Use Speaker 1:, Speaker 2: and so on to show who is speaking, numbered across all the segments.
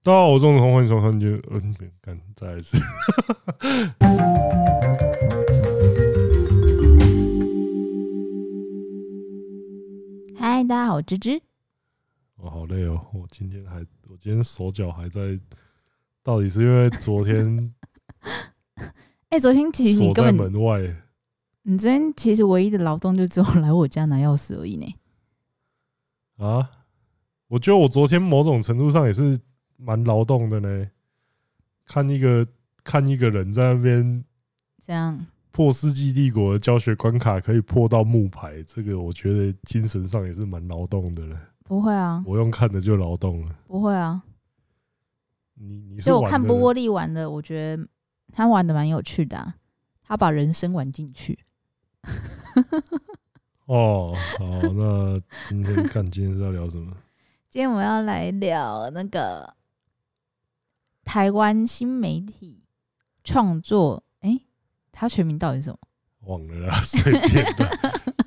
Speaker 1: 大家好，啊我是钟子红，欢迎收看今天。嗯，别干，再来一次。
Speaker 2: 嗨，大家好，我芝芝。
Speaker 1: 我好累哦，我今天还，我今天手脚还在，到底是因为昨天
Speaker 2: 哎、昨天 其实你
Speaker 1: 锁
Speaker 2: 根
Speaker 1: 在
Speaker 2: 本，
Speaker 1: 门外，
Speaker 2: 你昨天其实唯一的劳动就只有来我家拿钥匙而已呢。
Speaker 1: 啊，我觉得我昨天某种程度上也是蛮劳动的呢。看一个看一个人在那边
Speaker 2: 这样，
Speaker 1: 破《世纪帝国》的教学关卡，可以破到木牌，这个我觉得精神上也是蛮劳动的了。
Speaker 2: 不会啊，
Speaker 1: 我用看的就劳动了。
Speaker 2: 不会啊。
Speaker 1: 你你是
Speaker 2: 就我
Speaker 1: 玩
Speaker 2: 看
Speaker 1: 的
Speaker 2: 波
Speaker 1: 人
Speaker 2: 波利玩的，我觉得他玩的蛮有趣的、啊，他把人生玩进去。
Speaker 1: 哦，好，那今天看今天是要聊什么？
Speaker 2: 今天我们要来聊那个台湾新媒体创作，哎、它全名到底是什么？
Speaker 1: 忘了啦， 随便 的。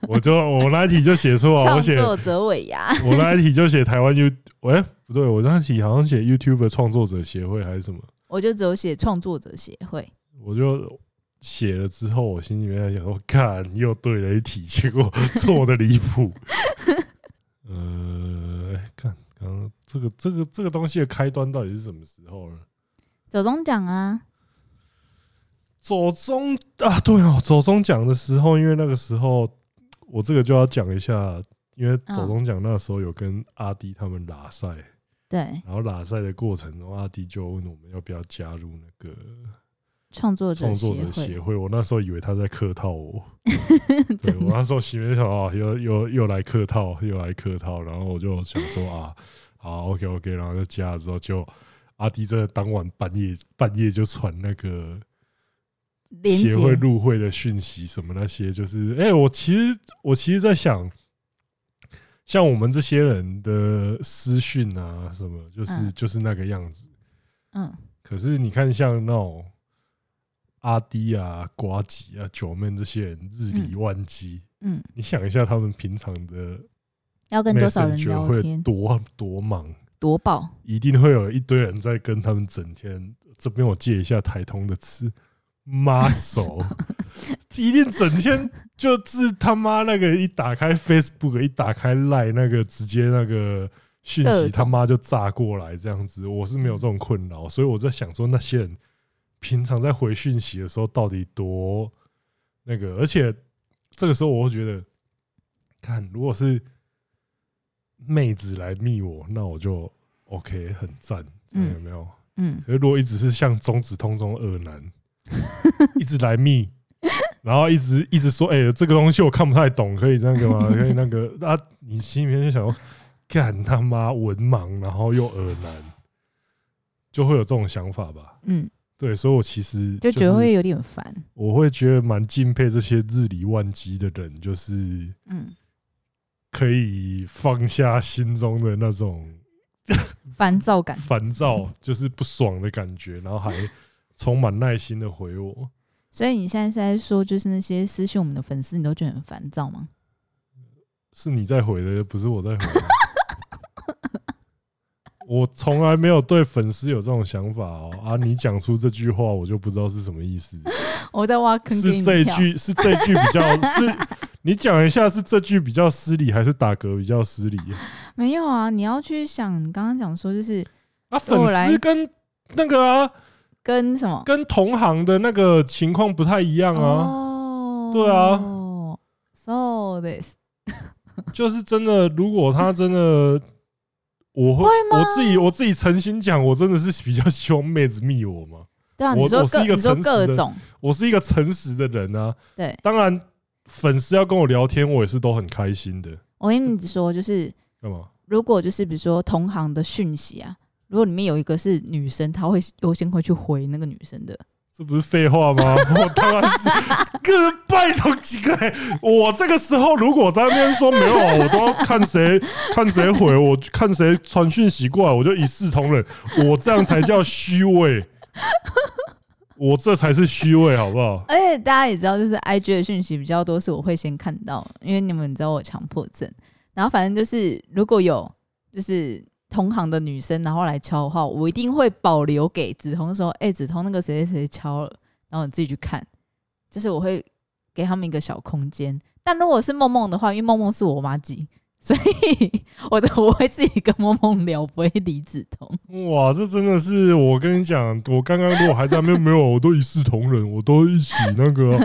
Speaker 1: 我就我那一题就写错啊了，我
Speaker 2: 创
Speaker 1: 写
Speaker 2: 作者尾牙。
Speaker 1: 我那一题就写台湾 You，喂、不对，我那一题好像写 YouTube 创作者协会还是什么，
Speaker 2: 我就只有写创作者协会，
Speaker 1: 我就写了之后，我心里面在想说，看又对了一题，结果错的离 谱。呃，看刚刚这个这个这个东西的开端到底是什么时候呢？
Speaker 2: 走中奖啊，
Speaker 1: 走中啊，对哦，走中奖的时候，因为那个时候我这个就要讲一下，因为走中奖那时候有跟阿迪他们拉赛，
Speaker 2: 对，
Speaker 1: 然后拉赛的过程中，阿迪就问我们要不要加入那个
Speaker 2: 创作者
Speaker 1: 创作
Speaker 2: 协
Speaker 1: 者协
Speaker 2: 会。
Speaker 1: 会。我那时候以为他在客套 我，对我那时候心里面想啊，又又又来客套，又来客套，然后我就想说啊，好，OK OK，然后就加了之后就。阿迪真的当晚半夜半夜就传那个
Speaker 2: 连
Speaker 1: 协
Speaker 2: 接
Speaker 1: 会入会的讯息什么那些，就是哎、欸我其实我其实在想，像我们这些人的私讯啊什么，就是、
Speaker 2: 嗯
Speaker 1: 就是那个样子。
Speaker 2: 嗯，
Speaker 1: 可是你看，像那种阿迪啊、瓜吉啊、九妹这些人日理万机，
Speaker 2: 嗯，
Speaker 1: 你想一下他们平常的
Speaker 2: 要跟多少人
Speaker 1: messenger
Speaker 2: 聊
Speaker 1: 会
Speaker 2: 天，
Speaker 1: 多多忙，
Speaker 2: 多爆，
Speaker 1: 一定会有一堆人在跟他们整天。这边我借一下台通的词，妈手，一定整天就是他妈那个一打开 Facebook，一打开 Line 那个直接那个讯
Speaker 2: 各
Speaker 1: 息
Speaker 2: 种
Speaker 1: 他妈就炸过来这样子。我是没有这种困扰，所以我在想说那些人平常在回讯息的时候到底多那个，而且这个时候我会觉得，看如果是妹子来密我，那我就 OK 很赞，这样
Speaker 2: 嗯
Speaker 1: 有没有？
Speaker 2: 嗯，
Speaker 1: 可是如果一直是像中指通中二男，一直来密，然后一直一直说，哎、这个东西我看不太懂，可以那个吗？可以那个啊？你心里面就想说，干他妈文盲，然后又耳男，就会有这种想法吧？
Speaker 2: 嗯，
Speaker 1: 对，所以我其实
Speaker 2: 就觉
Speaker 1: 是
Speaker 2: 得会有点烦，
Speaker 1: 我会觉得蛮敬佩这些日理万机的人，就是
Speaker 2: 嗯，
Speaker 1: 可以放下心中的那种
Speaker 2: 烦躁感，
Speaker 1: 烦躁，就是不爽的感觉，然后还充满耐心的回我。
Speaker 2: 所以你现在是在说，就是那些私讯我们的粉丝，你都觉得很烦躁吗？
Speaker 1: 是你在回的，不是我在回的。我从来没有对粉丝有这种想法哦啊！你讲出这句话，我就不知道是什么意思。
Speaker 2: 我在挖坑给
Speaker 1: 是
Speaker 2: 你
Speaker 1: 这一
Speaker 2: 跳，
Speaker 1: 句，是这一句比较是？你讲一下，是这句比较失礼，还是打嗝比较失礼？
Speaker 2: 没有啊，你要去想，你刚刚讲说就是
Speaker 1: 啊，
Speaker 2: 对
Speaker 1: 粉
Speaker 2: 我来
Speaker 1: 丝跟那个啊，
Speaker 2: 跟什么，
Speaker 1: 跟同行的那个情况不太一样啊。
Speaker 2: 哦，
Speaker 1: 对啊
Speaker 2: ，so this，
Speaker 1: 就是真的，如果他真的，我会我自己我自己诚心讲，我真的是比较希望妹子密我嘛。
Speaker 2: 对啊，
Speaker 1: 我
Speaker 2: 你说
Speaker 1: 我是
Speaker 2: 各
Speaker 1: 一个
Speaker 2: 你说
Speaker 1: 诚实
Speaker 2: 各
Speaker 1: 的
Speaker 2: 种，
Speaker 1: 我是一个诚实的人啊。
Speaker 2: 对，
Speaker 1: 当然，粉丝要跟我聊天，我也是都很开心的。
Speaker 2: 我跟你说就是。
Speaker 1: 干嘛？
Speaker 2: 如果就是比如说同行的讯息啊，如果里面有一个是女生，她会优先会去回那个女生的。
Speaker 1: 这不是废话吗？ 我当然是，个拜托几个、欸！我这个时候如果在那边说没有啊，我都要看谁看谁回，我看谁传讯息过来，我就一视同仁。我这样才叫虚伪，我这才是虚伪，好不好？
Speaker 2: 而且大家也知道，就是 I G 的讯息比较多，是我会先看到，因为你们知道我有强迫症。然后反正就是如果有就是同行的女生，然后来敲的话，我一定会保留给梓潼说：“哎、梓潼那个谁谁谁敲了，然后你自己去看。”就是我会给他们一个小空间。但如果是梦梦的话，因为梦梦是我妈记，所以我的我会自己跟梦梦聊，不会理梓潼。
Speaker 1: 哇，这真的是我跟你讲，我刚刚如果还在那边没有，我都一视同仁，我都一起那个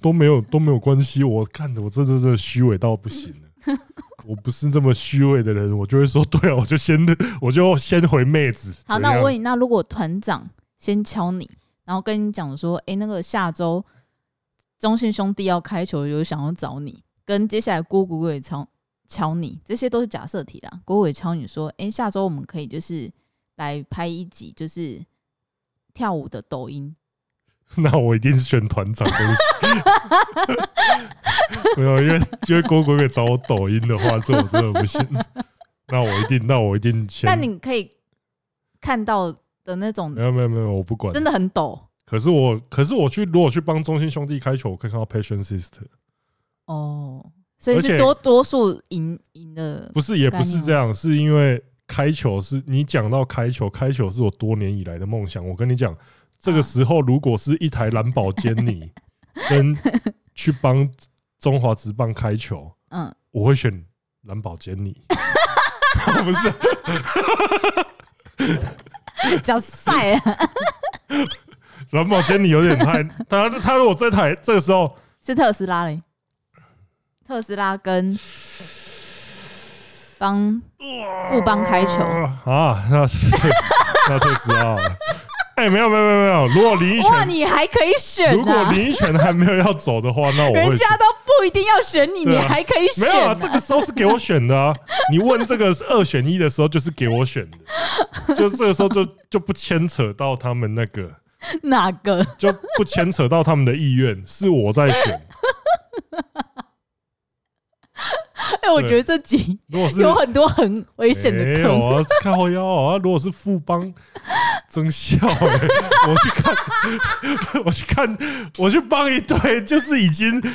Speaker 1: 都没有都没有关系。我看我真的真的虚伪到不行了，我不是这么虚伪的人，我就会说对啊，我就先我就先回妹子。
Speaker 2: 好，
Speaker 1: 怎
Speaker 2: 那
Speaker 1: 样
Speaker 2: 我问你，那如果团长先敲你，然后跟你讲说，诶，那个下周中信兄弟要开球，有想要找你，跟接下来郭谷伟敲敲你，这些都是假设题啦。郭谷伟敲你说，诶，下周我们可以就是来拍一集，就是跳舞的抖音。
Speaker 1: 那我一定是选团长东西。 没有，因为因为郭鬼鬼找我抖音的话，这我真的不信。 那我一定，那我一定先。
Speaker 2: 但你可以看到的那种
Speaker 1: 没，有没有没有，我不管。
Speaker 2: 真的很抖
Speaker 1: 可是我，可是我去，如果去帮中心兄弟开球，我可以看到 Passion Sister，
Speaker 2: 哦。所以
Speaker 1: 而
Speaker 2: 是
Speaker 1: 且
Speaker 2: 多多数赢赢的
Speaker 1: 不是也不是这样，是因为开球是你讲到开球，开球是我多年以来的梦想。我跟你讲，这个时候如果是一台蓝宝坚尼跟去帮中华职棒开球，
Speaker 2: 嗯，
Speaker 1: 我会选蓝宝坚尼。不是，
Speaker 2: 叫赛啊，
Speaker 1: 蓝宝坚尼有点太他他如果这台这个时候，
Speaker 2: 是特斯拉嘞，特斯拉跟帮富邦开球，
Speaker 1: 啊，那 是那特斯拉好了。哎、没有没有没有没有，如果林奕
Speaker 2: 哇，
Speaker 1: 泉，
Speaker 2: 你还可以选
Speaker 1: 如果
Speaker 2: 啊！
Speaker 1: 林奕泉还没有要走的话，那我
Speaker 2: 人
Speaker 1: 会
Speaker 2: 家都不一定要选你，
Speaker 1: 对
Speaker 2: 你
Speaker 1: 啊
Speaker 2: 还可以
Speaker 1: 没
Speaker 2: 选、
Speaker 1: 有啊。这个时候是给我选的啊。你问这个是二选一的时候，就是给我选的，就这个时候就就不牵扯到他们那个，
Speaker 2: 哪个？
Speaker 1: 就不牵扯到他们的意愿，是我在选。
Speaker 2: 哎、我觉得这集
Speaker 1: 如果是
Speaker 2: 有很多很危险的
Speaker 1: 没有
Speaker 2: 坑。
Speaker 1: 啊，靠腰啊！如果是富邦，真笑哎、我去看，我去看，我去帮一队就是已经气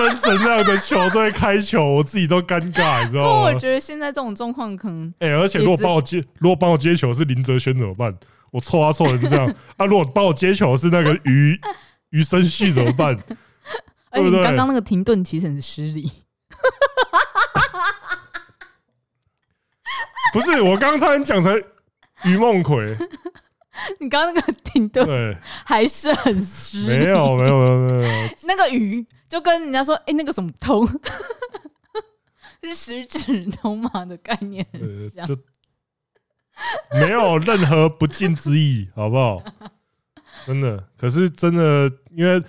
Speaker 1: 氛成那样的球队开球，我自己都尴尬，你知
Speaker 2: 不
Speaker 1: 道
Speaker 2: 过我
Speaker 1: 吗？
Speaker 2: 觉得现在这种状况，可能
Speaker 1: 哎、而且如果帮我接，如果帮我接球是林哲轩怎么办？我凑啊凑成这样啊！如果帮我接球是那个于于生旭怎么办？
Speaker 2: 而
Speaker 1: 对
Speaker 2: 且
Speaker 1: 不对
Speaker 2: 哎你刚刚那个停顿其实很失礼。
Speaker 1: 不是，我刚才讲成于梦奎，
Speaker 2: 你刚刚那个停顿
Speaker 1: 对，
Speaker 2: 还是很失
Speaker 1: 没
Speaker 2: 礼。
Speaker 1: 有没有没有没有没有，
Speaker 2: 那个鱼就跟人家说：“哎、那个什么通， 是食指通嘛的概念 很
Speaker 1: 呃，
Speaker 2: 像。
Speaker 1: 就没有任何不敬之意，好不好？真的，可是真的，因为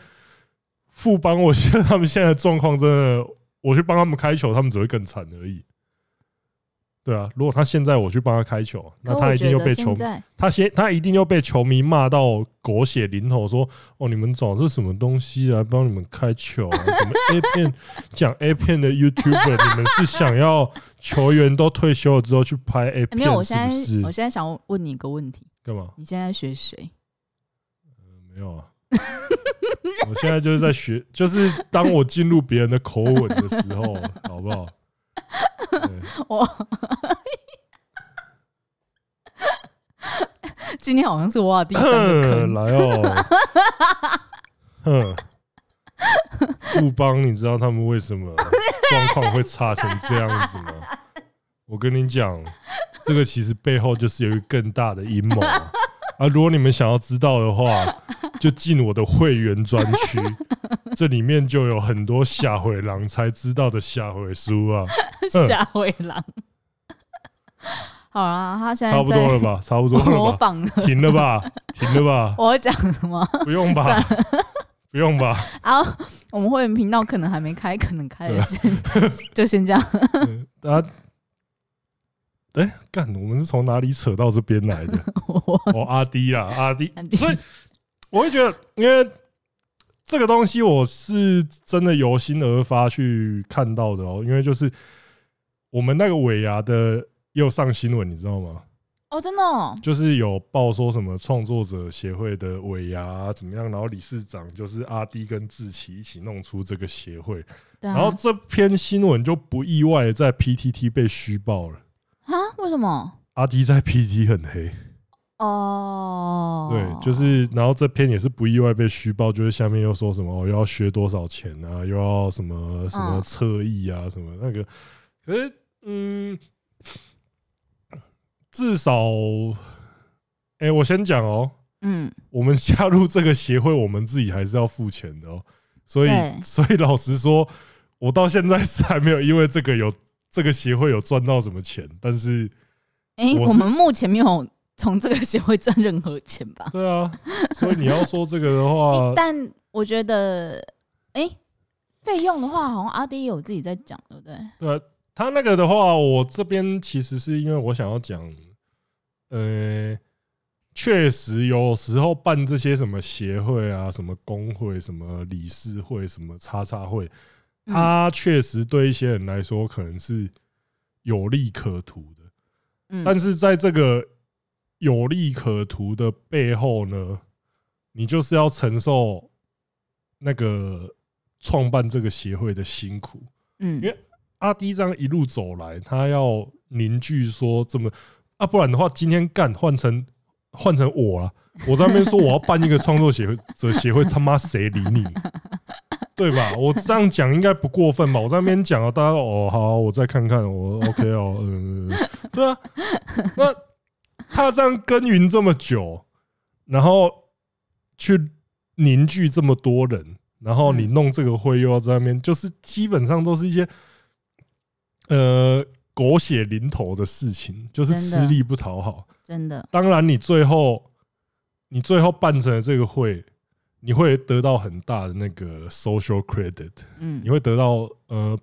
Speaker 1: 富邦，我觉得他们现在的状况真的，我去帮他们开球，他们只会更惨而已。对啊，如果他现在我去帮他开球，那他一定又被球，
Speaker 2: 在
Speaker 1: 他先他一定又被球迷骂到狗血淋头，说哦，你们找这什么东西来帮你们开球、啊？ 什么 A 片讲 A 片的 YouTuber，你们是想要球员都退休了之后去拍 A
Speaker 2: 哎没有，我
Speaker 1: 片，
Speaker 2: 现在
Speaker 1: 是不
Speaker 2: 我
Speaker 1: 是？
Speaker 2: 现在想问你一个问题：
Speaker 1: 干嘛？
Speaker 2: 你现在学谁？
Speaker 1: 没有啊。 我现在就是在学，就是当我进入别人的口吻的时候，好不好？对
Speaker 2: 我 今天好像是我挖的第三
Speaker 1: 哼
Speaker 2: 个坑，
Speaker 1: 来哦， 哼，富邦，你知道他们为什么状况会差成这样子吗？我跟你讲，这个其实背后就是有一个更大的阴谋啊！啊如果你们想要知道的话，就进我的会员专区，这里面就有很多下回郎才知道的下回书啊，嗯
Speaker 2: 下回狼。 好啦，他现在
Speaker 1: 差不多了
Speaker 2: 在
Speaker 1: 吧？差不多
Speaker 2: 模
Speaker 1: 了 吧？
Speaker 2: 仿了。
Speaker 1: 停了吧？停了吧？
Speaker 2: 我要讲什么？
Speaker 1: 不用吧？不用吧？
Speaker 2: 然后我们会员频道可能还没开，可能开了先
Speaker 1: 啊
Speaker 2: 就先这样。
Speaker 1: 嗯啊，哎、干，我们是从哪里扯到这边来的？ 哦，阿迪啦，阿迪
Speaker 2: 阿迪，
Speaker 1: 所以我会觉得，因为这个东西我是真的由心而发去看到的哦，因为就是我们那个尾牙的又上新闻，你知道吗？
Speaker 2: 哦，真的、哦，
Speaker 1: 就是有报说什么创作者协会的尾牙啊怎么样，然后理事长就是阿迪跟志奇一起弄出这个协会，
Speaker 2: 对啊。
Speaker 1: 然后这篇新闻就不意外地在 PTT 被虚报了。
Speaker 2: 啊？为什么？
Speaker 1: 阿迪在 PT 很黑，
Speaker 2: 哦，
Speaker 1: 对，就是然后这篇也是不意外被虚报，就是下面又说什么、哦、又要学多少钱啊，又要什么什么
Speaker 2: 嗯
Speaker 1: 侧翼啊，什么那个，可是嗯，至少，哎、我先讲哦，
Speaker 2: 嗯，
Speaker 1: 我们加入这个协会，我们自己还是要付钱的哦。所以
Speaker 2: 对，
Speaker 1: 所以老实说，我到现在是还没有因为这个有这个协会有赚到什么钱。但是，
Speaker 2: 哎、
Speaker 1: 我
Speaker 2: 我
Speaker 1: 是
Speaker 2: 们目前没有从这个协会赚任何钱 吧？
Speaker 1: 对啊，所以你要说这个的
Speaker 2: 诶
Speaker 1: 话，
Speaker 2: 但我觉得，哎、费用的话，好像阿迪有自己在讲，对不对？
Speaker 1: 对啊他那个的话，我这边其实是因为我想要讲，呃，确实有时候办这些什么协会啊、什么工会、什么理事会、什么叉叉会，
Speaker 2: 嗯
Speaker 1: 它确实对一些人来说可能是有利可图的，
Speaker 2: 嗯，
Speaker 1: 但是在这个有利可图的背后呢，你就是要承受那个创办这个协会的辛苦。
Speaker 2: 嗯，
Speaker 1: 因为阿迪这啊样一路走来，他要凝聚说这么啊，不然的话，今天干换成换成我了，我在那边说我要办一个创作协会者协会，他妈谁理你？ 对吧？我这样讲应该不过分吧？我在那边讲啊，大家都哦好，我再看看，我 OK 哦，嗯，对啊，那他这样耕耘这么久，然后去凝聚这么多人，然后你
Speaker 2: 嗯
Speaker 1: 弄这个会又要在那边，就是基本上都是一些呃狗血淋头的事情，就是
Speaker 2: 真
Speaker 1: 吃
Speaker 2: 的
Speaker 1: 力不讨好。
Speaker 2: 真的，
Speaker 1: 当然，你最后你最后办成了这个会，你会得到很大的那个 social credit，
Speaker 2: 嗯
Speaker 1: 你，会得到呃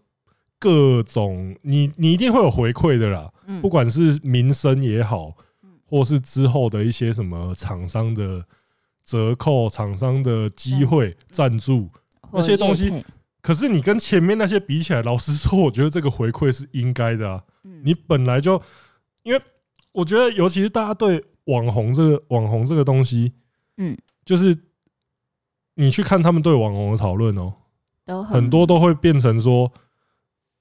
Speaker 1: 各种你你一定会有回馈的啦，
Speaker 2: 嗯
Speaker 1: 不管是民生也好
Speaker 2: 嗯，
Speaker 1: 或是之后的一些什么厂商的折扣、厂商的机
Speaker 2: 嗯
Speaker 1: 会赞助。
Speaker 2: 或
Speaker 1: 那些东西
Speaker 2: 业配，
Speaker 1: 可是你跟前面那些比起来，老实说，我觉得这个回馈是应该的啊。
Speaker 2: 嗯
Speaker 1: 你本来就，因为我觉得，尤其是大家对网红这个网红这个东西，
Speaker 2: 嗯，
Speaker 1: 就是你去看他们对网红的讨论哦，
Speaker 2: 都很
Speaker 1: 很多都会变成说，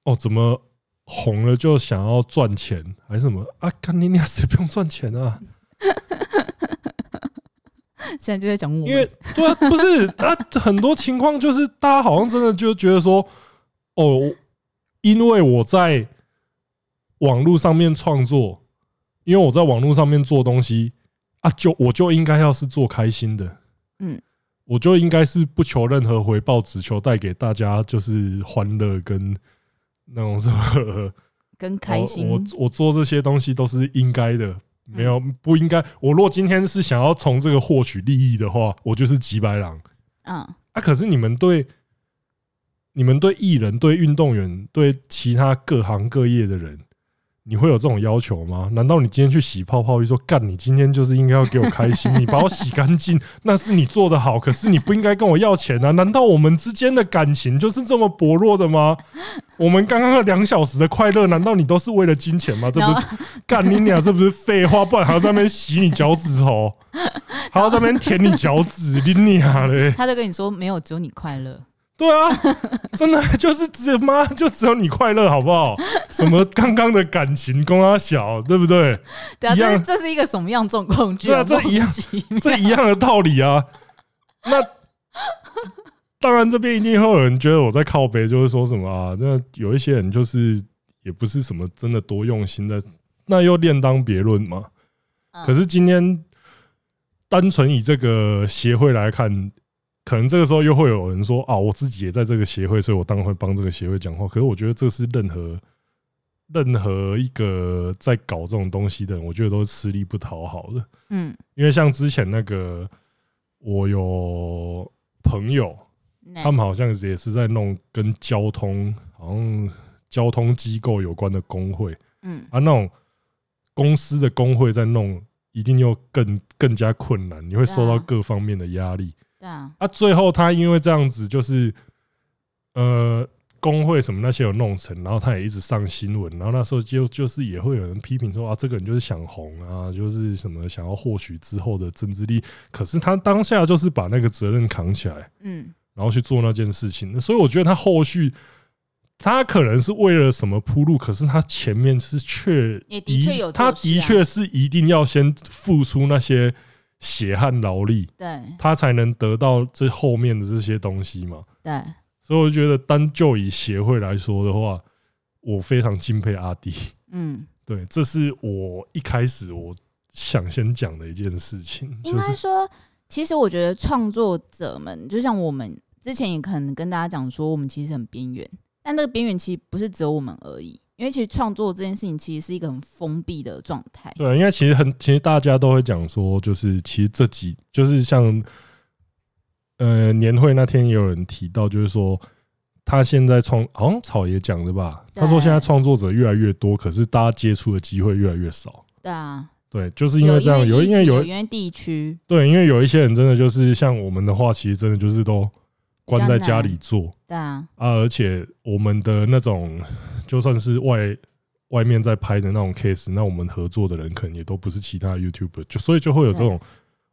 Speaker 1: 哦，怎么红了就想要赚钱，还是什么啊？干你娘，谁不用赚钱啊？
Speaker 2: 现在就在讲我们，
Speaker 1: 因为对啊，不是啊，很多情况就是大家好像真的就觉得说，哦，我因为我在网络上面创作，因为我在网络上面做东西啊，就我就应该要是做开心的，
Speaker 2: 嗯，
Speaker 1: 我就应该是不求任何回报，只求带给大家就是欢乐跟那种什么
Speaker 2: 跟开心，嗯
Speaker 1: 我我我做这些东西都是应该的，没有不应该。我若今天是想要从这个获取利益的话，我就是吉白狼
Speaker 2: 嗯
Speaker 1: 啊。可是你们对你们对艺人、对运动员、对其他各行各业的人，你会有这种要求吗？难道你今天去洗泡泡浴说干？你今天就是应该要给我开心，你把我洗干净，那是你做的好。可是你不应该跟我要钱啊？难道我们之间的感情就是这么薄弱的吗？我们刚刚的两小时的快乐，难道你都是为了金钱吗？这不
Speaker 2: 然
Speaker 1: 是 干你俩，这不是废话？不然还要在那边洗你脚趾头，还要在那边舔你脚趾，你俩嘞？
Speaker 2: 他就跟你说没有，只有你快乐，
Speaker 1: 对啊，真的 就是只妈就只有你快乐好不好？什么刚刚的感情公阿小，对不对？
Speaker 2: 对啊，
Speaker 1: 一样
Speaker 2: 这是这是一个什么样的状况剧
Speaker 1: 对啊这
Speaker 2: 莫名
Speaker 1: 一样
Speaker 2: 其妙
Speaker 1: 这一样的道理啊。那当然，这边一定会有人觉得我在靠北，就是说什么啊？那有一些人就是也不是什么真的多用心的，那又另当别论嘛。
Speaker 2: 嗯
Speaker 1: 可是今天单纯以这个协会来看，可能这个时候又会有人说啊，我自己也在这个协会，所以我当然会帮这个协会讲话。可是我觉得这是任何任何一个在搞这种东西的人，我觉得都是吃力不讨好的。
Speaker 2: 嗯，
Speaker 1: 因为像之前那个，我有朋友，
Speaker 2: 那
Speaker 1: 他们好像也是在弄跟交通，好像交通机构有关的工会
Speaker 2: 嗯
Speaker 1: 啊，那种公司的工会在弄，一定又更更加困难，你会受到
Speaker 2: 对啊
Speaker 1: 各方面的压力
Speaker 2: 对啊，
Speaker 1: 啊。最后他因为这样子，就是呃。工会什么那些有弄成，然后他也一直上新闻，然后那时候就就是也会有人批评说啊，这个人就是想红啊，就是什么想要获取之后的政治力，可是他当下就是把那个责任扛起来，
Speaker 2: 嗯
Speaker 1: 然后去做那件事情。所以我觉得他后续他可能是为了什么铺路，可是他前面是确
Speaker 2: 也的确有
Speaker 1: 一他
Speaker 2: 做事
Speaker 1: 的
Speaker 2: 啊
Speaker 1: 确是一定要先付出那些血汗劳力，
Speaker 2: 对
Speaker 1: 他才能得到这后面的这些东西嘛。
Speaker 2: 对，
Speaker 1: 所以我就觉得，单就以协会来说的话，我非常敬佩阿迪。
Speaker 2: 嗯，
Speaker 1: 对，这是我一开始我想先讲的一件事情，
Speaker 2: 应
Speaker 1: 就
Speaker 2: 该
Speaker 1: 是
Speaker 2: 说，其实我觉得创作者们，就像我们之前也可能跟大家讲说，我们其实很边缘，但这个边缘其实不是只有我们而已，因为其实创作这件事情其实是一个很封闭的状态。
Speaker 1: 对，因为其实很，其实大家都会讲说，就是其实这几就是像呃年会那天也有人提到，就是说他现在创好像草爷讲的吧，他说
Speaker 2: 对
Speaker 1: 现在创作者越来越多，可是大家接触的机会越来越少。
Speaker 2: 对啊，
Speaker 1: 对，就是因为这样，有
Speaker 2: 有
Speaker 1: 因为
Speaker 2: 疫情
Speaker 1: 有
Speaker 2: 因为地区，
Speaker 1: 对，因为有一些人真的就是像我们的话，其实真的就是都关在家里做
Speaker 2: 对啊，
Speaker 1: 啊，而且我们的那种就算是外外面在拍的那种 case，那我们合作的人可能也都不是其他 YouTube，就所以就会有这种、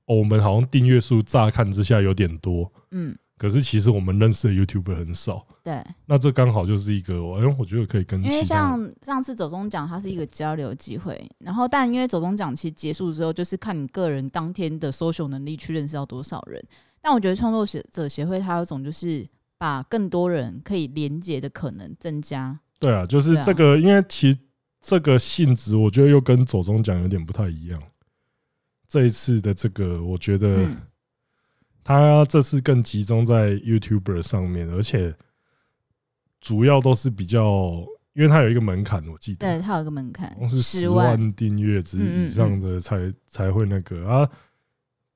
Speaker 1: 哦，我们好像订阅数乍看之下有点多，
Speaker 2: 嗯，
Speaker 1: 可是其实我们认识的 YouTube 很少，
Speaker 2: 对，
Speaker 1: 那这刚好就是一个，哎，我觉得可以跟
Speaker 2: 因为
Speaker 1: 其他人
Speaker 2: 像上次走中奖，它是一个交流机会，然后但因为走中奖其实结束之后，就是看你个人当天的 social 能力去认识到多少人。但我觉得创作者协会它有一种就是把更多人可以连接的可能增加，
Speaker 1: 对啊，就是
Speaker 2: 对啊
Speaker 1: 这个，因为其实这个性质，我觉得又跟左中奖有点不太一样。这一次的这个，我觉得
Speaker 2: 嗯，
Speaker 1: 他这次更集中在 YouTuber 上面，而且主要都是比较，因为它有一个门槛，我记得
Speaker 2: 对，它有一个门槛
Speaker 1: 好哦像，是
Speaker 2: 十
Speaker 1: 十
Speaker 2: 万，
Speaker 1: 万订阅之
Speaker 2: 嗯嗯
Speaker 1: 以上的才才会那个啊。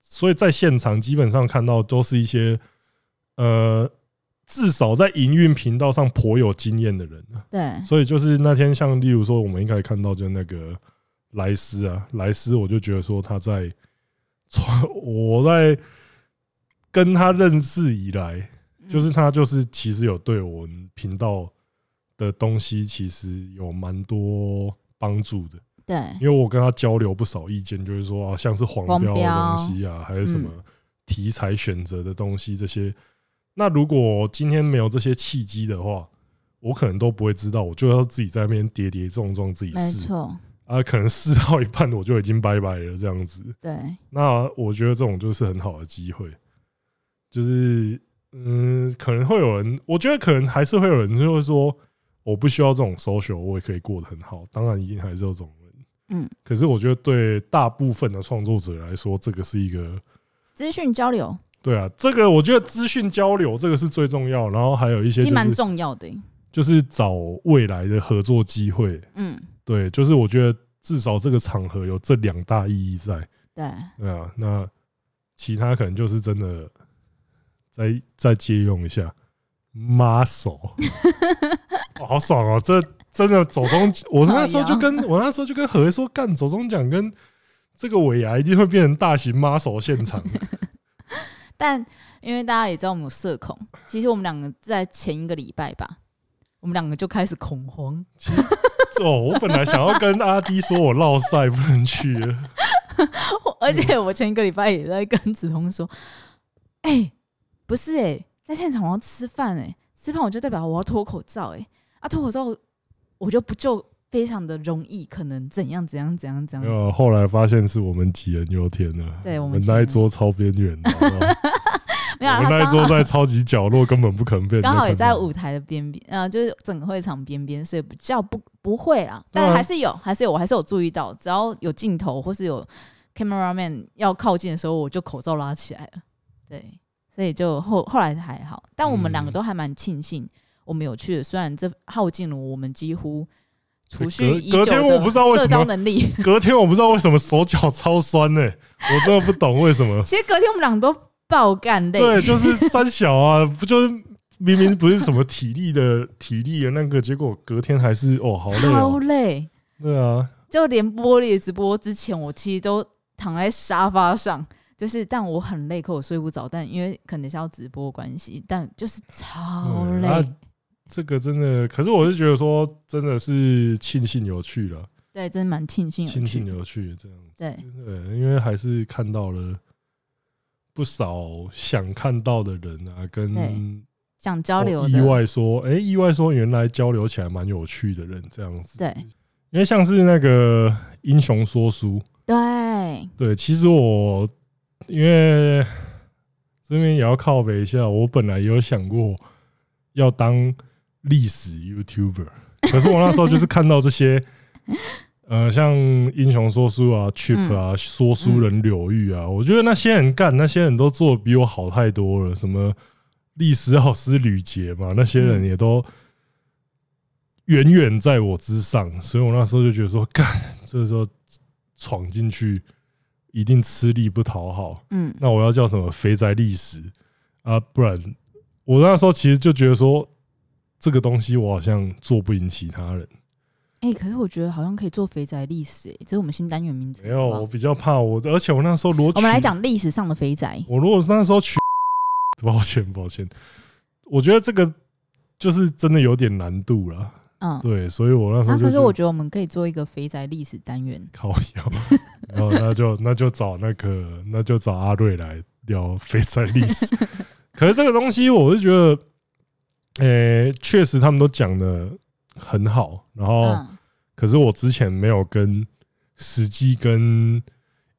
Speaker 1: 所以在现场基本上看到都是一些呃，至少在营运频道上颇有经验的人啊。
Speaker 2: 对，
Speaker 1: 所以就是那天，像例如说，我们应该看到，就那个莱斯啊，莱斯，我就觉得说他在， 我在跟他认识以来，就是
Speaker 2: 嗯
Speaker 1: 他就是其实有对我们频道的东西其实有蛮多帮助的，
Speaker 2: 对，
Speaker 1: 因为我跟他交流不少意见，就是说啊，像是黄
Speaker 2: 黄
Speaker 1: 标
Speaker 2: 标嗯
Speaker 1: 的东西啊，还有什么题材选择的东西这些。那如果今天没有这些契机的话，我可能都不会知道，我就要自己在那边跌跌撞撞自己
Speaker 2: 没
Speaker 1: 试
Speaker 2: 错，
Speaker 1: 啊，可能试到一半我就已经拜拜了这样子。
Speaker 2: 对，
Speaker 1: 那我觉得这种就是很好的机会，就是嗯，可能会有人，我觉得可能还是会有人就会说，我不需要这种 social，我也可以过得很好。当然，一定还是有这种人，
Speaker 2: 嗯，
Speaker 1: 可是我觉得对大部分的创作者来说，这个是一个
Speaker 2: 资讯交流
Speaker 1: 对啊，这个我觉得资讯交流这个是最重要，然后还有一些
Speaker 2: 其实
Speaker 1: 就
Speaker 2: 蛮
Speaker 1: 是
Speaker 2: 重要的，
Speaker 1: 就是找未来的合作机会，
Speaker 2: 嗯，
Speaker 1: 对，就是我觉得至少这个场合有这两大意义在。
Speaker 2: 对，
Speaker 1: 对啊，那其他可能就是真的再再借用一下妈手，哦好爽哦！这真的走中，我那时候就跟我那时候就跟何说，干走中奖跟这个尾牙一定会变成大型妈手现场。
Speaker 2: 但因为大家也知道我们有社恐，其实我们两个在前一个礼拜吧，我们两个就开始恐慌。
Speaker 1: 哦，我本来想要跟阿迪说我落赛不能去了，
Speaker 2: 而且我前一个礼拜也在跟子彤说：“哎、不是哎、在现场我要吃饭哎、吃饭我就代表我要脱口罩哎、啊脱口罩我就不就非常的容易，可能怎样怎样怎样怎样
Speaker 1: 没有后来发现是我们杞人忧天了。
Speaker 2: 对我
Speaker 1: 我
Speaker 2: 们
Speaker 1: 们
Speaker 2: 杞人
Speaker 1: 那一桌超边缘的，好不好
Speaker 2: 没有啊，
Speaker 1: 我们那
Speaker 2: 他
Speaker 1: 一
Speaker 2: 刚
Speaker 1: 桌
Speaker 2: 好
Speaker 1: 在超级角落，根本不可能被人家
Speaker 2: 刚好也
Speaker 1: 看
Speaker 2: 在
Speaker 1: 到
Speaker 2: 舞台的边边，呃，就是整个会场边边，所以比较不不会啦，
Speaker 1: 对啊
Speaker 2: 但还是有，还是有，我还是有注意到，只要有镜头或是有 cameraman 要靠近的时候，我就口罩拉起来了。对，所以就后后来还好，但我们两个
Speaker 1: 嗯
Speaker 2: 都还蛮庆幸我们有去的，虽然这耗尽了我们几乎储
Speaker 1: 隔
Speaker 2: 蓄已久
Speaker 1: 隔天我
Speaker 2: 的
Speaker 1: 不知道为
Speaker 2: 社
Speaker 1: 什么
Speaker 2: 交能力。。
Speaker 1: 隔天我不知道为什么手脚超酸呢、欸我真的不懂为什么
Speaker 2: 其实隔天我们两个都爆干累，
Speaker 1: 对，就是三小啊，不就是明明不是什么体力的体力的那个，结果隔天还是哦好累
Speaker 2: 超
Speaker 1: 哦。
Speaker 2: 累。
Speaker 1: 对啊，
Speaker 2: 就连玻璃直播之前，我其实都躺在沙发上，就是但我很累，可我睡不着，但因为可能是要直播关系，但就是超
Speaker 1: 嗯
Speaker 2: 累。
Speaker 1: 啊这个真的，可是我是觉得说，真的是庆幸有趣了，
Speaker 2: 对，真的蛮庆幸有
Speaker 1: 庆幸
Speaker 2: 去。
Speaker 1: 有趣这样子。
Speaker 2: 对
Speaker 1: 对，因为还是看到了不少想看到的人啊，
Speaker 2: 对
Speaker 1: 跟
Speaker 2: 想交流
Speaker 1: 哦意
Speaker 2: 的，
Speaker 1: 外说，哎、意外说原来交流起来蛮有趣的人这样子。
Speaker 2: 对
Speaker 1: 因为像是那个英雄说书，
Speaker 2: 对，
Speaker 1: 对，其实我因为这边也要靠北一下，我本来也有想过要当历史 YouTuber，可是我那时候就是看到这些，呃，像英雄说书啊、Chip 啊、说书人柳玉啊，我觉得那些人干，那些人都做的比我好太多了，什么历史老师吕杰嘛，那些人
Speaker 2: 嗯
Speaker 1: 也都。远远在我之上，所以我那时候就觉得说，干，这时候闯进去，一定吃力不讨好。
Speaker 2: 嗯
Speaker 1: 那我要叫什么肥宅历史啊？不然我那时候其实就觉得说，这个东西我好像做不赢其他人。
Speaker 2: 哎、可是我觉得好像可以做肥宅历史、欸，这是我们新单元名字。
Speaker 1: 没
Speaker 2: 好
Speaker 1: 有，
Speaker 2: 不好
Speaker 1: 我比较怕我，而且我那时候逻辑，
Speaker 2: 我们来，讲历史上的肥宅。
Speaker 1: 我如果那时候取，抱歉抱歉，我觉得这个就是真的有点难度了。
Speaker 2: 嗯，
Speaker 1: 对，所以我那时
Speaker 2: 啊，
Speaker 1: 候就
Speaker 2: 可
Speaker 1: 觉
Speaker 2: 是
Speaker 1: 得
Speaker 2: 我觉得我们可以做一个肥宅历史单元。
Speaker 1: 靠腰， 然后那 就那就找那个那就找阿瑞来聊肥宅历史。 可是这个东西，我是觉得，呃、确实他们都讲的很好，然后、
Speaker 2: 嗯，
Speaker 1: 可是我之前没有跟实际跟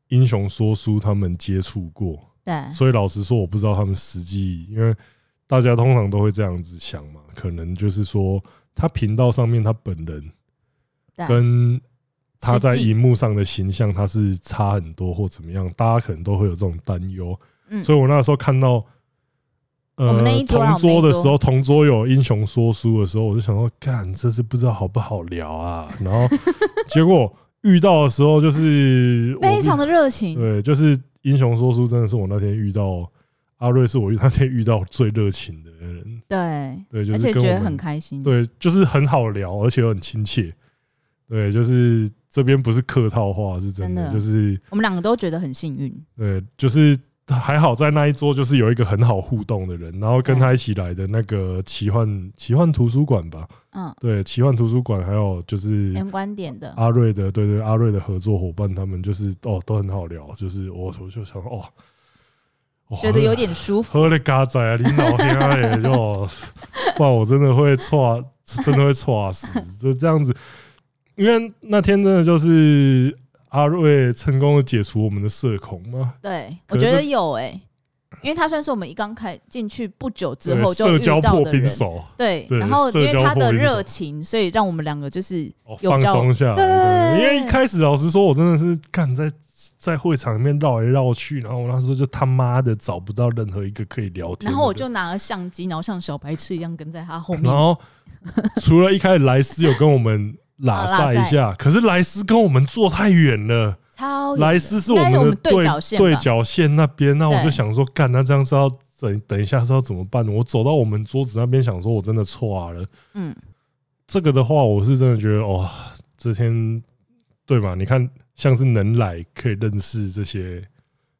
Speaker 1: 英雄说书他们接触过，
Speaker 2: 对，
Speaker 1: 所以老实说，我不知道他们实际，因为大家通常都会这样子想嘛，可能就是说他频道上面他本人
Speaker 2: 对
Speaker 1: 跟他在
Speaker 2: 实际
Speaker 1: 荧幕上的形象他是差很多或怎么样，大家可能都会有这种担忧。
Speaker 2: 嗯
Speaker 1: 所以我那时候看到。呃，
Speaker 2: 我们那一桌啊
Speaker 1: 同桌
Speaker 2: 我们那
Speaker 1: 的
Speaker 2: 一桌
Speaker 1: 时候，同桌有英雄说书的时候，我就想说，干，这是不知道好不好聊啊。 然后结果遇到的时候，就是我
Speaker 2: 非常的热情。
Speaker 1: 对，就是英雄说书真的是我那天遇到阿瑞，是我那天遇到最热情的人。
Speaker 2: 对，
Speaker 1: 对，就
Speaker 2: 而
Speaker 1: 是
Speaker 2: 且
Speaker 1: 跟
Speaker 2: 觉
Speaker 1: 我
Speaker 2: 得
Speaker 1: 们
Speaker 2: 很开心。
Speaker 1: 对，就是很好聊，而且又很亲切。对，就是这边不是客套话，是真的，
Speaker 2: 真
Speaker 1: 就
Speaker 2: 的
Speaker 1: 是
Speaker 2: 我们两个都觉得很幸运。
Speaker 1: 对，就是还好在那一桌就是有一个很好互动的人，然后跟
Speaker 2: 对
Speaker 1: 他一起来的那个奇幻奇幻图书馆吧，
Speaker 2: 嗯，
Speaker 1: 对，奇幻图书馆还有就是
Speaker 2: 很观点的。
Speaker 1: 阿瑞的，对对，阿瑞的合作伙伴，他们就是哦，都很好聊，就是我我就想哦，哦
Speaker 2: 觉得有点舒服，
Speaker 1: 喝了嘎仔啊，你老天啊也 就，不然我真的会错，啊 真的会错死，就这样子。因为那天真的就是阿瑞成功的解除我们的社恐嘛，
Speaker 2: 对
Speaker 1: 可
Speaker 2: 我
Speaker 1: 是
Speaker 2: 觉得有哎、因为他算是我们一刚开进去不久之
Speaker 1: 对
Speaker 2: 后就
Speaker 1: 社
Speaker 2: 遇
Speaker 1: 交
Speaker 2: 到
Speaker 1: 破
Speaker 2: 的
Speaker 1: 冰
Speaker 2: 人，
Speaker 1: 手
Speaker 2: 对，
Speaker 1: 对
Speaker 2: 然后因
Speaker 1: 社
Speaker 2: 为
Speaker 1: 交
Speaker 2: 他
Speaker 1: 破
Speaker 2: 的
Speaker 1: 冰手
Speaker 2: 热情，所所以让我们两个就是
Speaker 1: 哦，
Speaker 2: 有
Speaker 1: 放
Speaker 2: 比较
Speaker 1: 松下来
Speaker 2: 对
Speaker 1: 的。因为一开始老实说，我真的是干在在会场里面绕来绕去，然后我那时候就他妈的找不到任何一个可以聊天的人，
Speaker 2: 然后我就拿了相机，然后像小白痴一样跟在他后面。
Speaker 1: 然后除了一开始莱斯有跟我们
Speaker 2: 啊
Speaker 1: 拉塞一下，可是莱斯跟我们坐太远了，
Speaker 2: 超
Speaker 1: 莱斯是
Speaker 2: 应该
Speaker 1: 们
Speaker 2: 我
Speaker 1: 的
Speaker 2: 们对角线吧
Speaker 1: 对角线那边，那我
Speaker 2: 对
Speaker 1: 就想说，干，那这样是要等等一下是要怎么办？我走到我们桌子那边，想说我真的错啊了。
Speaker 2: 嗯，
Speaker 1: 这个的话，我是真的觉得哇，这天对吧？你看，像是能来可以认识这些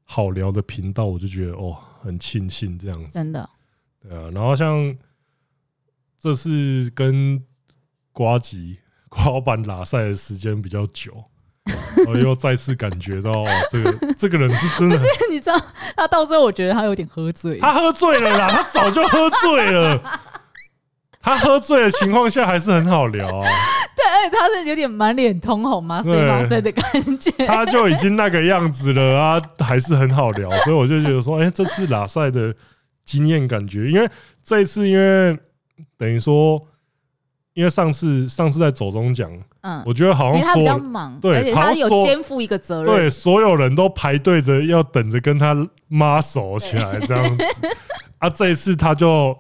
Speaker 1: 好聊的频道，我就觉得哦，很庆幸这样子。
Speaker 2: 真的，
Speaker 1: 对啊，然后像这次跟瓜吉 瓜老板拉赛的时间比较久，我又再次感觉到、哦、这个这个人是真的，
Speaker 2: 你知道他到最后，我觉得他有点喝醉。
Speaker 1: 他喝醉了啦，他早就喝醉了。他喝醉的情况下还是很好聊啊，
Speaker 2: 对，而且他是有点满脸通红、麻
Speaker 1: 对
Speaker 2: 塞麻塞的感觉。
Speaker 1: 他就已经那个样子了啊，还是很好聊，所以我就觉得说，哎、这次拉赛的经验感觉，因为这一次因为等于说，因为上次上次在走中奖，
Speaker 2: 嗯，
Speaker 1: 我觉得好
Speaker 2: 因为
Speaker 1: 像
Speaker 2: 他
Speaker 1: 所
Speaker 2: 比较
Speaker 1: 有
Speaker 2: 忙，
Speaker 1: 对
Speaker 2: 而且
Speaker 1: 好
Speaker 2: 他
Speaker 1: 像
Speaker 2: 有
Speaker 1: 说
Speaker 2: 肩负一个责任。
Speaker 1: 对所有人都排队着要等着跟他妈手起来这样 子啊，这一次他就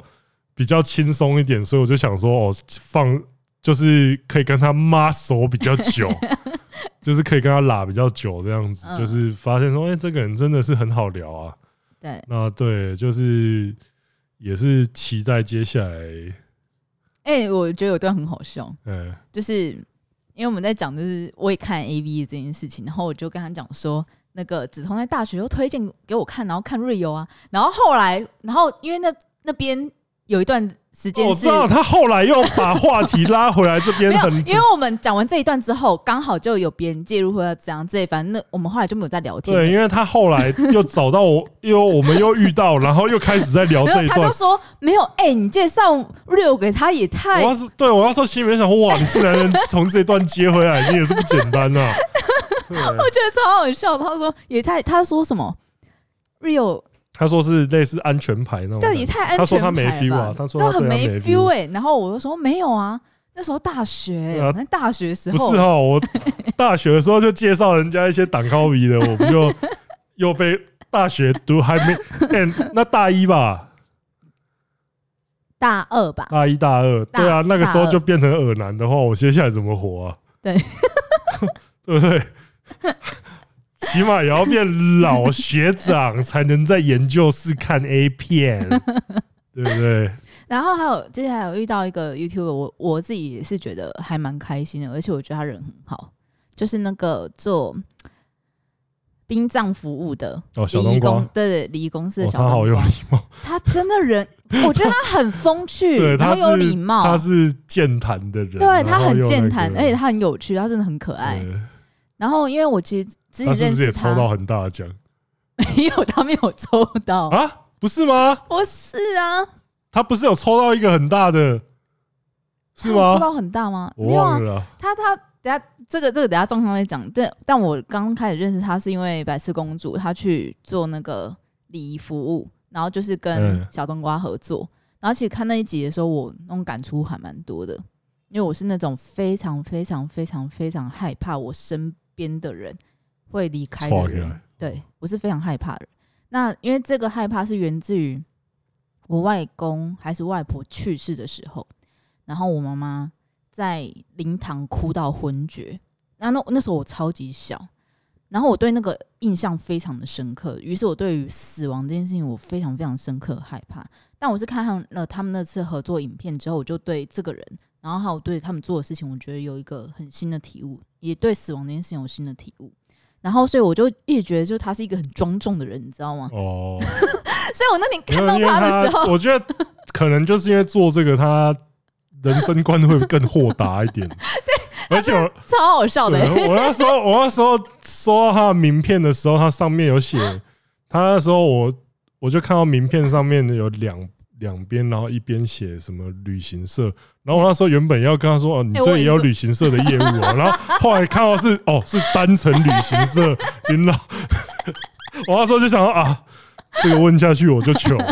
Speaker 1: 比较轻松一点，所以我就想说哦，放就是可以跟他妈手比较 久，就是可以跟他拉比较久这样子，
Speaker 2: 嗯
Speaker 1: 就是发现说哎、这个人真的是很好聊啊。
Speaker 2: 对，
Speaker 1: 那对，就是也是期待接下来，
Speaker 2: 哎，我觉得有段很好笑，
Speaker 1: 呃、
Speaker 2: 就是因为我们在讲，就是我也看 A V 这件事情，然后我就跟他讲说，那个梓潼在大学又推荐给我看，然后看瑞优啊，然后后来，然后因为那那边有一段时
Speaker 1: 我
Speaker 2: 间
Speaker 1: 知
Speaker 2: 是
Speaker 1: 道他后来又把话题拉回来这边
Speaker 2: 没有，
Speaker 1: 很
Speaker 2: 因为我们讲完这一段之后，刚好就有别人介入或者怎样这一，反正那我们后来就没有再聊天了。
Speaker 1: 对，因为他后来又找到 我，又我们又遇到，然后又开始在聊
Speaker 2: 然
Speaker 1: 这
Speaker 2: 后
Speaker 1: 一
Speaker 2: 他
Speaker 1: 段
Speaker 2: 就。说没有，哎、你介绍 real 给他也
Speaker 1: 我
Speaker 2: 太
Speaker 1: 要是对我要说心里面想，哇，你竟然能从这段接回来，你也是不简单呐、 对，
Speaker 2: 我觉得超好笑的。他说也太，他说什么 real
Speaker 1: 他说是类似安全牌那种感
Speaker 2: 这
Speaker 1: 觉。
Speaker 2: 也太安
Speaker 1: 哦
Speaker 2: 全
Speaker 1: 他说他没
Speaker 2: 牌
Speaker 1: feel
Speaker 2: 了
Speaker 1: 啊
Speaker 2: 吧
Speaker 1: 他说
Speaker 2: 都
Speaker 1: 他对
Speaker 2: 很
Speaker 1: 他
Speaker 2: 没
Speaker 1: 没
Speaker 2: feel 哎、然后我就说没有啊，那时候大学、
Speaker 1: 对啊
Speaker 2: 我们大学时
Speaker 1: 不
Speaker 2: 候
Speaker 1: 是哦哈，我大学的时候就介绍人家一些挡高鼻的，我不就又被大学读还没、欸那大一吧，
Speaker 2: 大二吧，
Speaker 1: 大一大二，
Speaker 2: 大
Speaker 1: 对啊，那个时候
Speaker 2: 大二
Speaker 1: 就变成耳男的话，我接下来怎么活啊？
Speaker 2: 对，
Speaker 1: 对不对？ 起码也要变老学长，才能在研究室看 A 片，对不对？
Speaker 2: 然后还有之前还有遇到一个 YouTuber，我我自己也是觉得还蛮开心的，而且我觉得他人很好，就是那个做殡葬服务的
Speaker 1: 哦，小
Speaker 2: 礼
Speaker 1: 冬
Speaker 2: 仪
Speaker 1: 瓜
Speaker 2: 公，，对对，礼仪公司
Speaker 1: 哦
Speaker 2: 的，小
Speaker 1: 他好
Speaker 2: 冬
Speaker 1: 有
Speaker 2: 瓜，
Speaker 1: 礼貌，
Speaker 2: 他真的人，我觉得他很风趣，
Speaker 1: 对，
Speaker 2: 然
Speaker 1: 他
Speaker 2: 后
Speaker 1: 是
Speaker 2: 有礼貌，
Speaker 1: 他是健谈的人，
Speaker 2: 哦对他
Speaker 1: 然后
Speaker 2: 很
Speaker 1: 又
Speaker 2: 健
Speaker 1: 那
Speaker 2: 谈，哎
Speaker 1: 个
Speaker 2: 而且他很有趣，他真的很可爱。
Speaker 1: 对
Speaker 2: 然后因为我其实之前
Speaker 1: 他是
Speaker 2: 认
Speaker 1: 不是
Speaker 2: 识
Speaker 1: 也抽到很大的奖
Speaker 2: 没有，他没有抽到，
Speaker 1: 啊？不是吗？
Speaker 2: 不是啊，
Speaker 1: 他不是有抽到一个很大的，是
Speaker 2: 他有抽
Speaker 1: 吗？
Speaker 2: 到很大吗？
Speaker 1: 我
Speaker 2: 没有啊
Speaker 1: 忘，了啊，
Speaker 2: 他他等下这个这个等下状况再讲。对，但我刚开始认识他是因为白痴公主，她去做那个礼仪服务，然后就是跟
Speaker 1: 嗯
Speaker 2: 小冬瓜合作。然后其实看那一集的时候，我那种感触还蛮多的，因为我是那种非常非常非常非常害怕我身边的人会离开
Speaker 1: 刷
Speaker 2: 的
Speaker 1: 起
Speaker 2: 人。
Speaker 1: 来，
Speaker 2: 对我是非常害怕的人。那因为这个害怕是源自于我外公还是外婆去世的时候，然后我妈妈在灵堂哭到昏厥。那那那时候我超级小，然后我对那个印象非常的深刻，于是我对于死亡这件事情我非常非常深刻害怕。但我是看上了他们那次合作影片之后，我就对这个人，然后还有对他们做的事情，我觉得有一个很新的体悟，也对死亡这件事情有新的体悟。然后，所以我就一直觉得，就他是一个很庄重的人，你知道吗？
Speaker 1: 哦，
Speaker 2: 所以我那天看
Speaker 1: 因
Speaker 2: 到
Speaker 1: 为
Speaker 2: 他的时候，
Speaker 1: 我觉得可能就是因为做这个，他人生观会更豁达一 点。而且我
Speaker 2: 超好笑的、欸
Speaker 1: 对我那时候，我那时候收到他的名片的时候，他上面有写，他那时候我我就看到名片上面有两两边，然后一边写什么旅行社，然后我那时候原本要跟他说，哦，你
Speaker 2: 哎
Speaker 1: 这
Speaker 2: 我
Speaker 1: 也
Speaker 2: 也
Speaker 1: 有
Speaker 2: 是
Speaker 1: 旅行社的业务哦、然后后来看到是哦是单程旅行社，云老， 我那时候就想说啊，这个问下去我就糗了，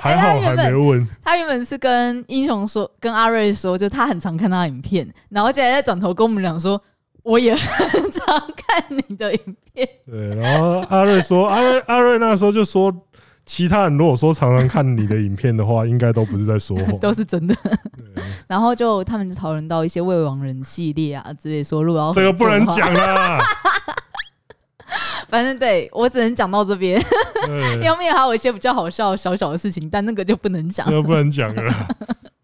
Speaker 1: 还好
Speaker 2: 哎他
Speaker 1: 还
Speaker 2: 原本
Speaker 1: 没问，
Speaker 2: 他原本是跟英雄说，跟阿瑞说，就他很常看他的影片，然后接下来再转头跟我们俩说，我也很常看你的影片。
Speaker 1: 对，然后阿瑞说， 阿瑞阿瑞那时候就说，其他人如果说常常看你的影片的话，应该都不是在说谎。
Speaker 2: 都是真的。
Speaker 1: 对啊
Speaker 2: 然后就他们就讨论到一些未亡人系列啊之类，说如果要
Speaker 1: 这个不能
Speaker 2: 合作
Speaker 1: 讲
Speaker 2: 的话，
Speaker 1: 啦。
Speaker 2: 反正对我只能讲到这 边。
Speaker 1: 对，
Speaker 2: 后面还有一些比较好笑小小的事情，但那个就不能讲
Speaker 1: 这。个不能讲了。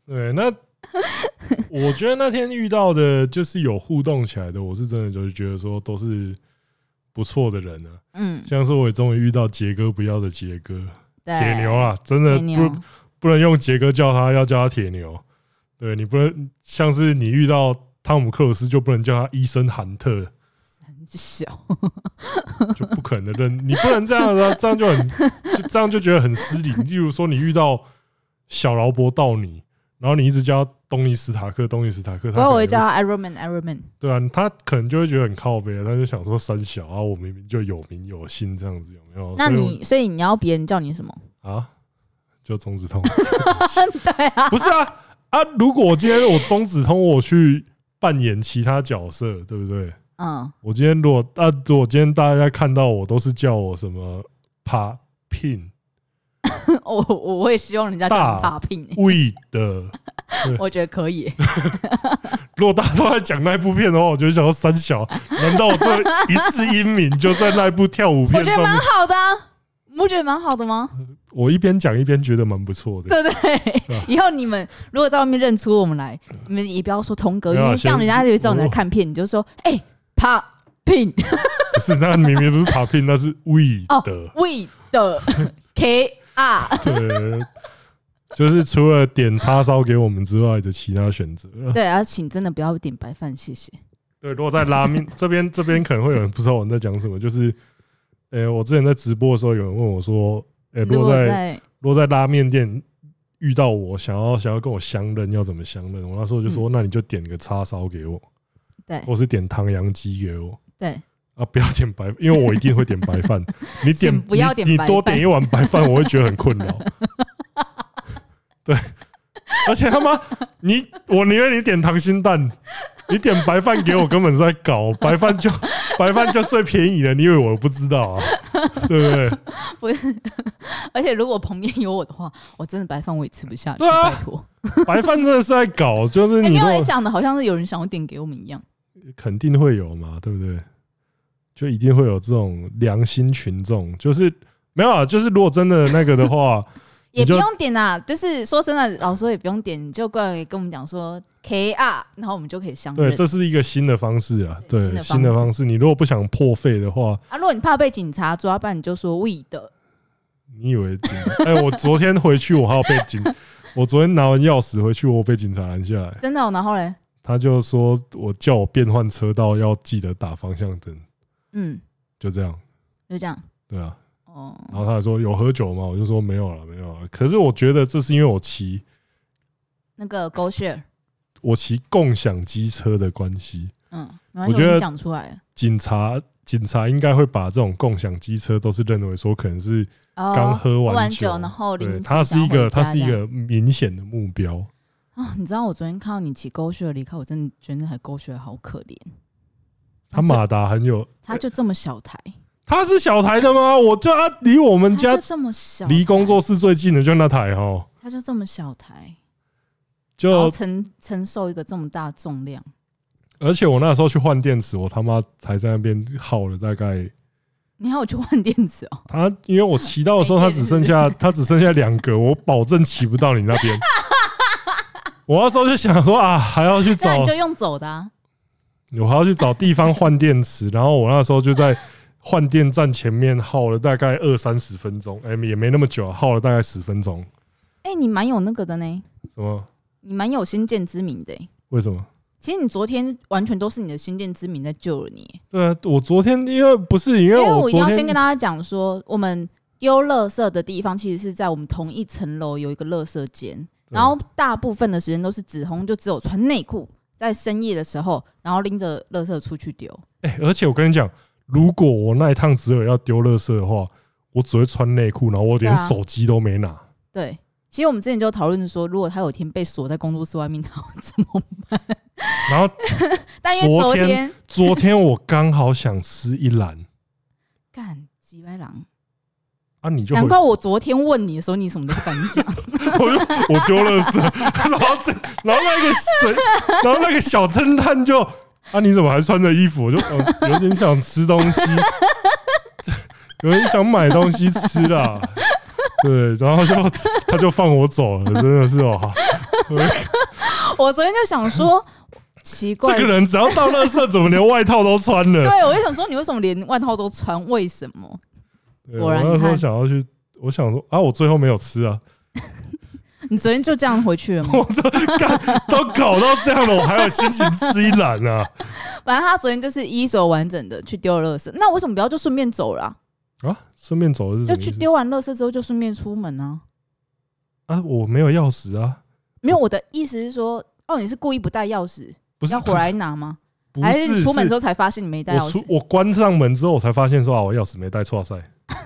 Speaker 1: 对，那我觉得那天遇到的，就是有互动起来的，我是真的就是觉得说都是不错的人啊。
Speaker 2: 嗯，
Speaker 1: 像是我也终于遇到杰哥不要的杰哥，
Speaker 2: 对，
Speaker 1: 铁牛啊，真的
Speaker 2: 铁牛，
Speaker 1: 不不能用杰哥叫他，要叫他铁牛。对你不能像是你遇到汤姆克鲁斯就不能叫他医生韩特，
Speaker 2: 很小。
Speaker 1: 就不可能认，你不能这样啊，这 样就很，就这样就觉得很失礼。例如说，你遇到小劳勃道尼，然后你一直叫他东尼史塔克，东尼史塔克，
Speaker 2: 不
Speaker 1: 他
Speaker 2: 过我
Speaker 1: 可能
Speaker 2: 会叫
Speaker 1: 就
Speaker 2: 他 Iron Man，Iron Man。
Speaker 1: 对啊，他可能就会觉得很靠背，他就想说三小啊，我明明就有名有姓这样子，有没有？
Speaker 2: 那
Speaker 1: 哦所以我
Speaker 2: 你所以你要别人叫 你什么？
Speaker 1: 啊，就中指通，
Speaker 2: 对啊，
Speaker 1: 不是啊啊！如果我今天我中指通，我去扮演其他角色，对不对？
Speaker 2: 嗯，
Speaker 1: 我今天如果啊，如果今天大家看到我都是叫我什么帕聘。
Speaker 2: 哦我我会希望人家叫
Speaker 1: 大
Speaker 2: 你 Popping，
Speaker 1: 味的。
Speaker 2: 我觉得可以。
Speaker 1: 如果大家都在讲那部片的话，我就想到三小，难道我这一世英名就在那部跳舞
Speaker 2: 我
Speaker 1: 片
Speaker 2: 觉
Speaker 1: 上
Speaker 2: 得蛮
Speaker 1: 面？
Speaker 2: 好的、啊，你不觉得蛮好的吗？
Speaker 1: 我一边讲一边觉得蛮不错的。
Speaker 2: 对不对？ 以后你们如果在外面认出我们来，你们也不要说同格，
Speaker 1: 没
Speaker 2: 因
Speaker 1: 有啊
Speaker 2: 为这样
Speaker 1: 先
Speaker 2: 人家就会知道你在看片，你就说哎、Popping
Speaker 1: 不是，那明明不是帕片，那
Speaker 2: 哦
Speaker 1: 是味的。
Speaker 2: We 的 K R。
Speaker 1: 对，就是除了点叉烧给我们之外的其他选择。
Speaker 2: 对啊，请真的不要点白饭，谢谢。
Speaker 1: 对，如果在拉面 这边，这边可能会有人不知道我们在讲什么，就是，呃，我之前在直播的时候，有人问我说，呃，如
Speaker 2: 如
Speaker 1: 果
Speaker 2: 果
Speaker 1: 在
Speaker 2: 在
Speaker 1: 如果在拉面店遇到我，想要想要跟我相认，要怎么相认？我那时候就
Speaker 2: 嗯
Speaker 1: 说，那你就点个叉烧给我，
Speaker 2: 对
Speaker 1: 或是点唐扬鸡给我。
Speaker 2: 对，
Speaker 1: 啊，不要点白，因为我一定会点白饭。你点
Speaker 2: 请不要点
Speaker 1: 你，
Speaker 2: 白
Speaker 1: 你多
Speaker 2: 饭
Speaker 1: 点一碗白饭，我会觉得很困 扰。对，而且他妈，你我宁愿你点溏心蛋，你点白饭给我，根本是在搞白饭就白饭就最便宜的，你以为我不知道啊？对不对？
Speaker 2: 而且如果旁边有我的话，我真的白饭我也吃不下去，
Speaker 1: 对啊
Speaker 2: 拜托。
Speaker 1: 白饭真的是在搞，就是
Speaker 2: 哎、
Speaker 1: 你
Speaker 2: 没
Speaker 1: 如
Speaker 2: 有你
Speaker 1: 果
Speaker 2: 讲的好像是有人想要点给我们一样。
Speaker 1: 肯定会有嘛，对不对？就一定会有这种良心群众，就是没有啊，就是如果真的那个的话。
Speaker 2: 也
Speaker 1: 你
Speaker 2: 不
Speaker 1: 就
Speaker 2: 用点啦，就是说真的，老师也不用点，你就过来跟我们讲说 K R，然后我们就可以相
Speaker 1: 对，
Speaker 2: 认
Speaker 1: 这是一个新的方式啊，
Speaker 2: 对
Speaker 1: 对，
Speaker 2: 嗯新
Speaker 1: 新
Speaker 2: 的方式
Speaker 1: 的方式。你如果不想破费的话，
Speaker 2: 啊。如果你怕被警察抓办，你就说 we 的，
Speaker 1: 你以为警察？ 哎，我昨天回去，我还有被警， 我昨天拿完钥匙回去，我被警察拦下来，
Speaker 2: 真的哦、然后嘞，
Speaker 1: 他就说我叫我变换车道，要记得打方向灯，
Speaker 2: 嗯，
Speaker 1: 就这样，
Speaker 2: 就这样。
Speaker 1: 对啊。
Speaker 2: 哦，
Speaker 1: 然后他还说有喝酒吗？我就说没有了，没有了。可是我觉得这是因为我骑
Speaker 2: 那个 Go Share，
Speaker 1: 我骑共享机车的关系，
Speaker 2: 嗯，没关系，
Speaker 1: 我觉得
Speaker 2: 已经讲出来了。
Speaker 1: 警察警察应该会把这种共享机车都是认为说可能是
Speaker 2: 哦，
Speaker 1: 刚喝
Speaker 2: 完
Speaker 1: 完
Speaker 2: 酒，然后哦临
Speaker 1: 对，
Speaker 2: 时
Speaker 1: 它是
Speaker 2: 想
Speaker 1: 一个
Speaker 2: 回
Speaker 1: 它
Speaker 2: 家
Speaker 1: 是一
Speaker 2: 这样
Speaker 1: 个明显的目标。
Speaker 2: 啊，你知道我昨天看到你骑 Go Share 离开，我真的觉得那台 Go Share 好可怜。
Speaker 1: 它
Speaker 2: 这
Speaker 1: 马达很有，
Speaker 2: 它就这么小台，
Speaker 1: 它是小台的吗？我叫它离我们
Speaker 2: 它
Speaker 1: 家
Speaker 2: 就这么小，
Speaker 1: 离工作，室最近的就那台哦，
Speaker 2: 它就这么小台，然后
Speaker 1: 就
Speaker 2: 承承受一个这么大的重量，
Speaker 1: 而且我那时候去换电池，我他妈才在那边耗了大概
Speaker 2: 你还有去换电池 哦？
Speaker 1: 它，因为我骑到的时候
Speaker 2: 没
Speaker 1: 它
Speaker 2: 电
Speaker 1: 只剩下它只剩下两个，我保证骑不到你那 边。我那时候就想说啊，还要去
Speaker 2: 那
Speaker 1: 找
Speaker 2: 你就用走的、啊，
Speaker 1: 我还要去找地方换电池，然后我那时候就在换电站前面耗了大概二三十分钟，哎、也没那么久啊，耗了大概十分钟。
Speaker 2: 哎、你蛮有那个的呢，
Speaker 1: 什么？
Speaker 2: 你蛮有先见之明的欸、
Speaker 1: 为什么？
Speaker 2: 其实你昨天完全都是你的先见之明在救了你欸、
Speaker 1: 对啊，我昨天因为不是因为
Speaker 2: 因为
Speaker 1: 我
Speaker 2: 我一定
Speaker 1: 昨
Speaker 2: 要
Speaker 1: 天
Speaker 2: 先跟大家讲说，我们丢垃圾的地方其实是在我们同一层楼有一个垃圾间，
Speaker 1: 对
Speaker 2: 然后大部分的时间都是子红就只有穿内裤，在深夜的时候，然后拎着垃圾出去丢。
Speaker 1: 哎、而且我跟你讲，如果我那一趟只有要丢垃圾的话，我只会穿内裤，然后我连
Speaker 2: 对啊
Speaker 1: 手机都没拿。
Speaker 2: 对，其实我们之前就讨论说，如果他有一天被锁在工作室外面， 他要怎么办？
Speaker 1: 然后
Speaker 2: 但因为昨
Speaker 1: 昨天
Speaker 2: 天
Speaker 1: 昨天我刚好想吃一篮
Speaker 2: 干鸡歪狼，
Speaker 1: 啊，你就回
Speaker 2: 难怪我昨天问你的时候，你什么都不敢 讲。
Speaker 1: 我就我丢垃圾， 然后这然后那个 神，然后那个小侦探就啊，你怎么还穿着衣服？我就、呃、有点想吃东西， 有点想买东西吃啦。对，然后就他就放我走了，真的是哦。
Speaker 2: 我昨天就想说，奇怪，
Speaker 1: 这个人只要到垃圾，怎么连外套都穿了？
Speaker 2: 对我就想说，你为什么连外套都穿？为什么？
Speaker 1: 对
Speaker 2: 果
Speaker 1: 我
Speaker 2: 然
Speaker 1: 那时
Speaker 2: 你看
Speaker 1: 候想要去，我想说啊，我最后没有吃啊，
Speaker 2: 你昨天就这样回去了吗？
Speaker 1: 我这干都搞到这样了，我还有心情吃一篮啊？
Speaker 2: 反正他昨天就是一手完整的去丢垃圾，那为什么不要就顺便走了啊、
Speaker 1: 啊，顺便走的是什
Speaker 2: 就
Speaker 1: 么意
Speaker 2: 去
Speaker 1: 思
Speaker 2: 丢完垃圾之后就顺便出门啊？
Speaker 1: 啊？我没有钥匙啊。
Speaker 2: 没有，我的意思是说，哦，你是故意不带钥匙
Speaker 1: 不是
Speaker 2: 要回来拿吗？
Speaker 1: 不
Speaker 2: 还是你出门之
Speaker 1: 后
Speaker 2: 后才发现你没带
Speaker 1: 我
Speaker 2: 钥匙
Speaker 1: 出？我关上门之后，我才发现说啊，我钥匙没带， 错塞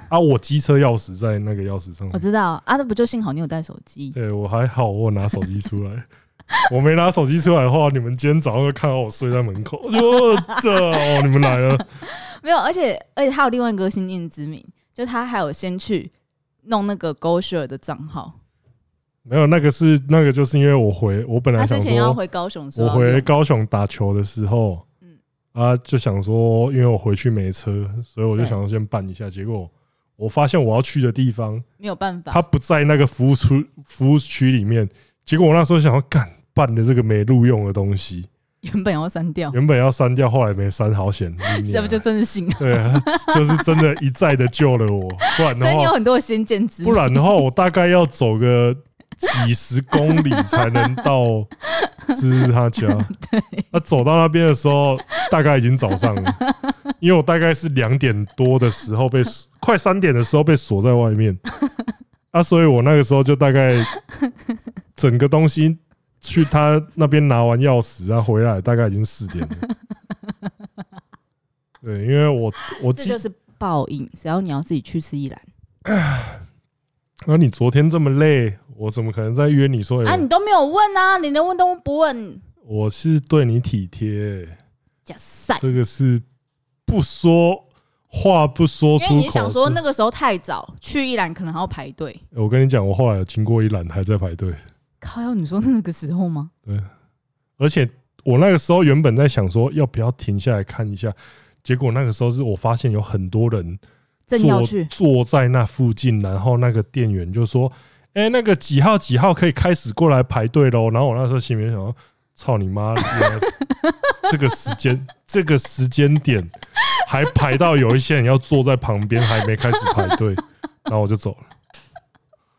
Speaker 1: 啊，我机车钥匙在那个钥匙上
Speaker 2: 我
Speaker 1: 面。
Speaker 2: 知道啊，那不就幸好你有带手机，
Speaker 1: 对我还好，我有拿手机出来。 我没拿手机出来的话，你们今天早上会看到我睡在门口。 哟，这哦，你们来了，
Speaker 2: 没有，而且而且他有另外一个先见之明，就他还有先去弄那个 Go Share 的账号，
Speaker 1: 没有那个是那个，就是因为我回我本
Speaker 2: 他
Speaker 1: 来
Speaker 2: 之
Speaker 1: 想
Speaker 2: 前要
Speaker 1: 说，
Speaker 2: 回高雄说
Speaker 1: 我
Speaker 2: 要用，
Speaker 1: 回高雄打球的时候
Speaker 2: 嗯，
Speaker 1: 啊，就想说，因为我回去没车，所以我就
Speaker 2: 对
Speaker 1: 想要先办一下。结果我发现我要去的地方
Speaker 2: 没有办法
Speaker 1: 他，不在那个服务区服务区里面。结果我那时候想要干办的这个没录用的东西，
Speaker 2: 原本要删掉，
Speaker 1: 原本要删掉，后来没删，好险！你
Speaker 2: 哦这不就真的幸好？
Speaker 1: 对啊，就是真的一再的救了我，不然
Speaker 2: 所以你
Speaker 1: 的
Speaker 2: 有
Speaker 1: 话，
Speaker 2: 很多的先见之
Speaker 1: 不
Speaker 2: 明，
Speaker 1: 然的话，我大概要走个几十公里才能到芝芝他家。他走到那边的时候，大概已经早上了，因为我大概是两点多的时候被快三点的时候被锁在外面，啊，所以我那个时候就大概整个东西去他那边拿完钥匙啊，回来大概已经四点了。对，因为我我
Speaker 2: 这
Speaker 1: 记
Speaker 2: 就是报应。只要你要自己去吃一兰，
Speaker 1: 那啊你昨天这么累，我怎么可能再约你说？哎
Speaker 2: 啊，你都没有问啊，你连问都不问，
Speaker 1: 我是对你体贴，欸
Speaker 2: 假赛。
Speaker 1: 这个是不说话不说出
Speaker 2: 因
Speaker 1: 口。
Speaker 2: 为你想说
Speaker 1: 是
Speaker 2: 那个时候太早去一兰，可能还要排队。
Speaker 1: 欸我跟你讲，我后来有经过一栏还在排队，
Speaker 2: 靠，要你说那个时候吗？
Speaker 1: 而且我那个时候原本在想说要不要停下来看一下，结果那个时候是我发现有很多人
Speaker 2: 正要
Speaker 1: 坐
Speaker 2: 去，
Speaker 1: 坐在那附近，然后那个店员就说：“哎、那个几号几号可以开始过来排队喽。”然后我那时候心里面想说：“操你 妈！原来是这个时间这个时间点还排到有一些人要坐在旁边还没开始排队，然后我就走了。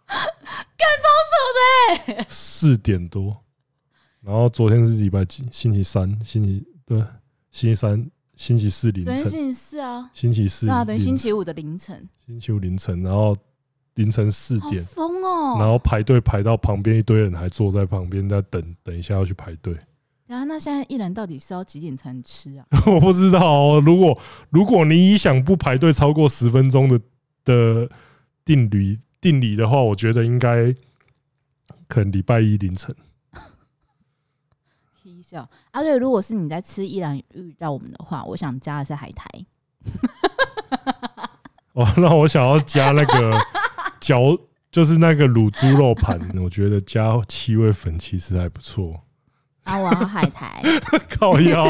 Speaker 2: 干超扯的、欸，
Speaker 1: 四点多，然后昨天是礼拜几？星期三，星期对，星期三，星期四凌
Speaker 2: 昨天
Speaker 1: 晨，
Speaker 2: 星期四啊，
Speaker 1: 星期四
Speaker 2: 对啊，等于
Speaker 1: 凌
Speaker 2: 星期五的凌晨，
Speaker 1: 星期五凌晨，然后凌晨四
Speaker 2: 好
Speaker 1: 点，
Speaker 2: 疯
Speaker 1: 然
Speaker 2: 哦、
Speaker 1: 后排队排到旁边一堆人还坐在旁边在等，等一下要去排队。
Speaker 2: 然后啊那现在一兰到底是要几点才能吃啊？
Speaker 1: 我不知道哦、如果如果你想不排队超过十分钟的的定理定理的话，我觉得应该可能礼拜一凌晨。
Speaker 2: 踢笑啊！对，如果是你在吃一兰遇到我们的话，我想加的是 海苔，
Speaker 1: 哦， 那我想要加那个绞，就是那个卤猪肉盘，我觉得加七味粉其实还不错。
Speaker 2: 啊，我要海苔，
Speaker 1: 靠腰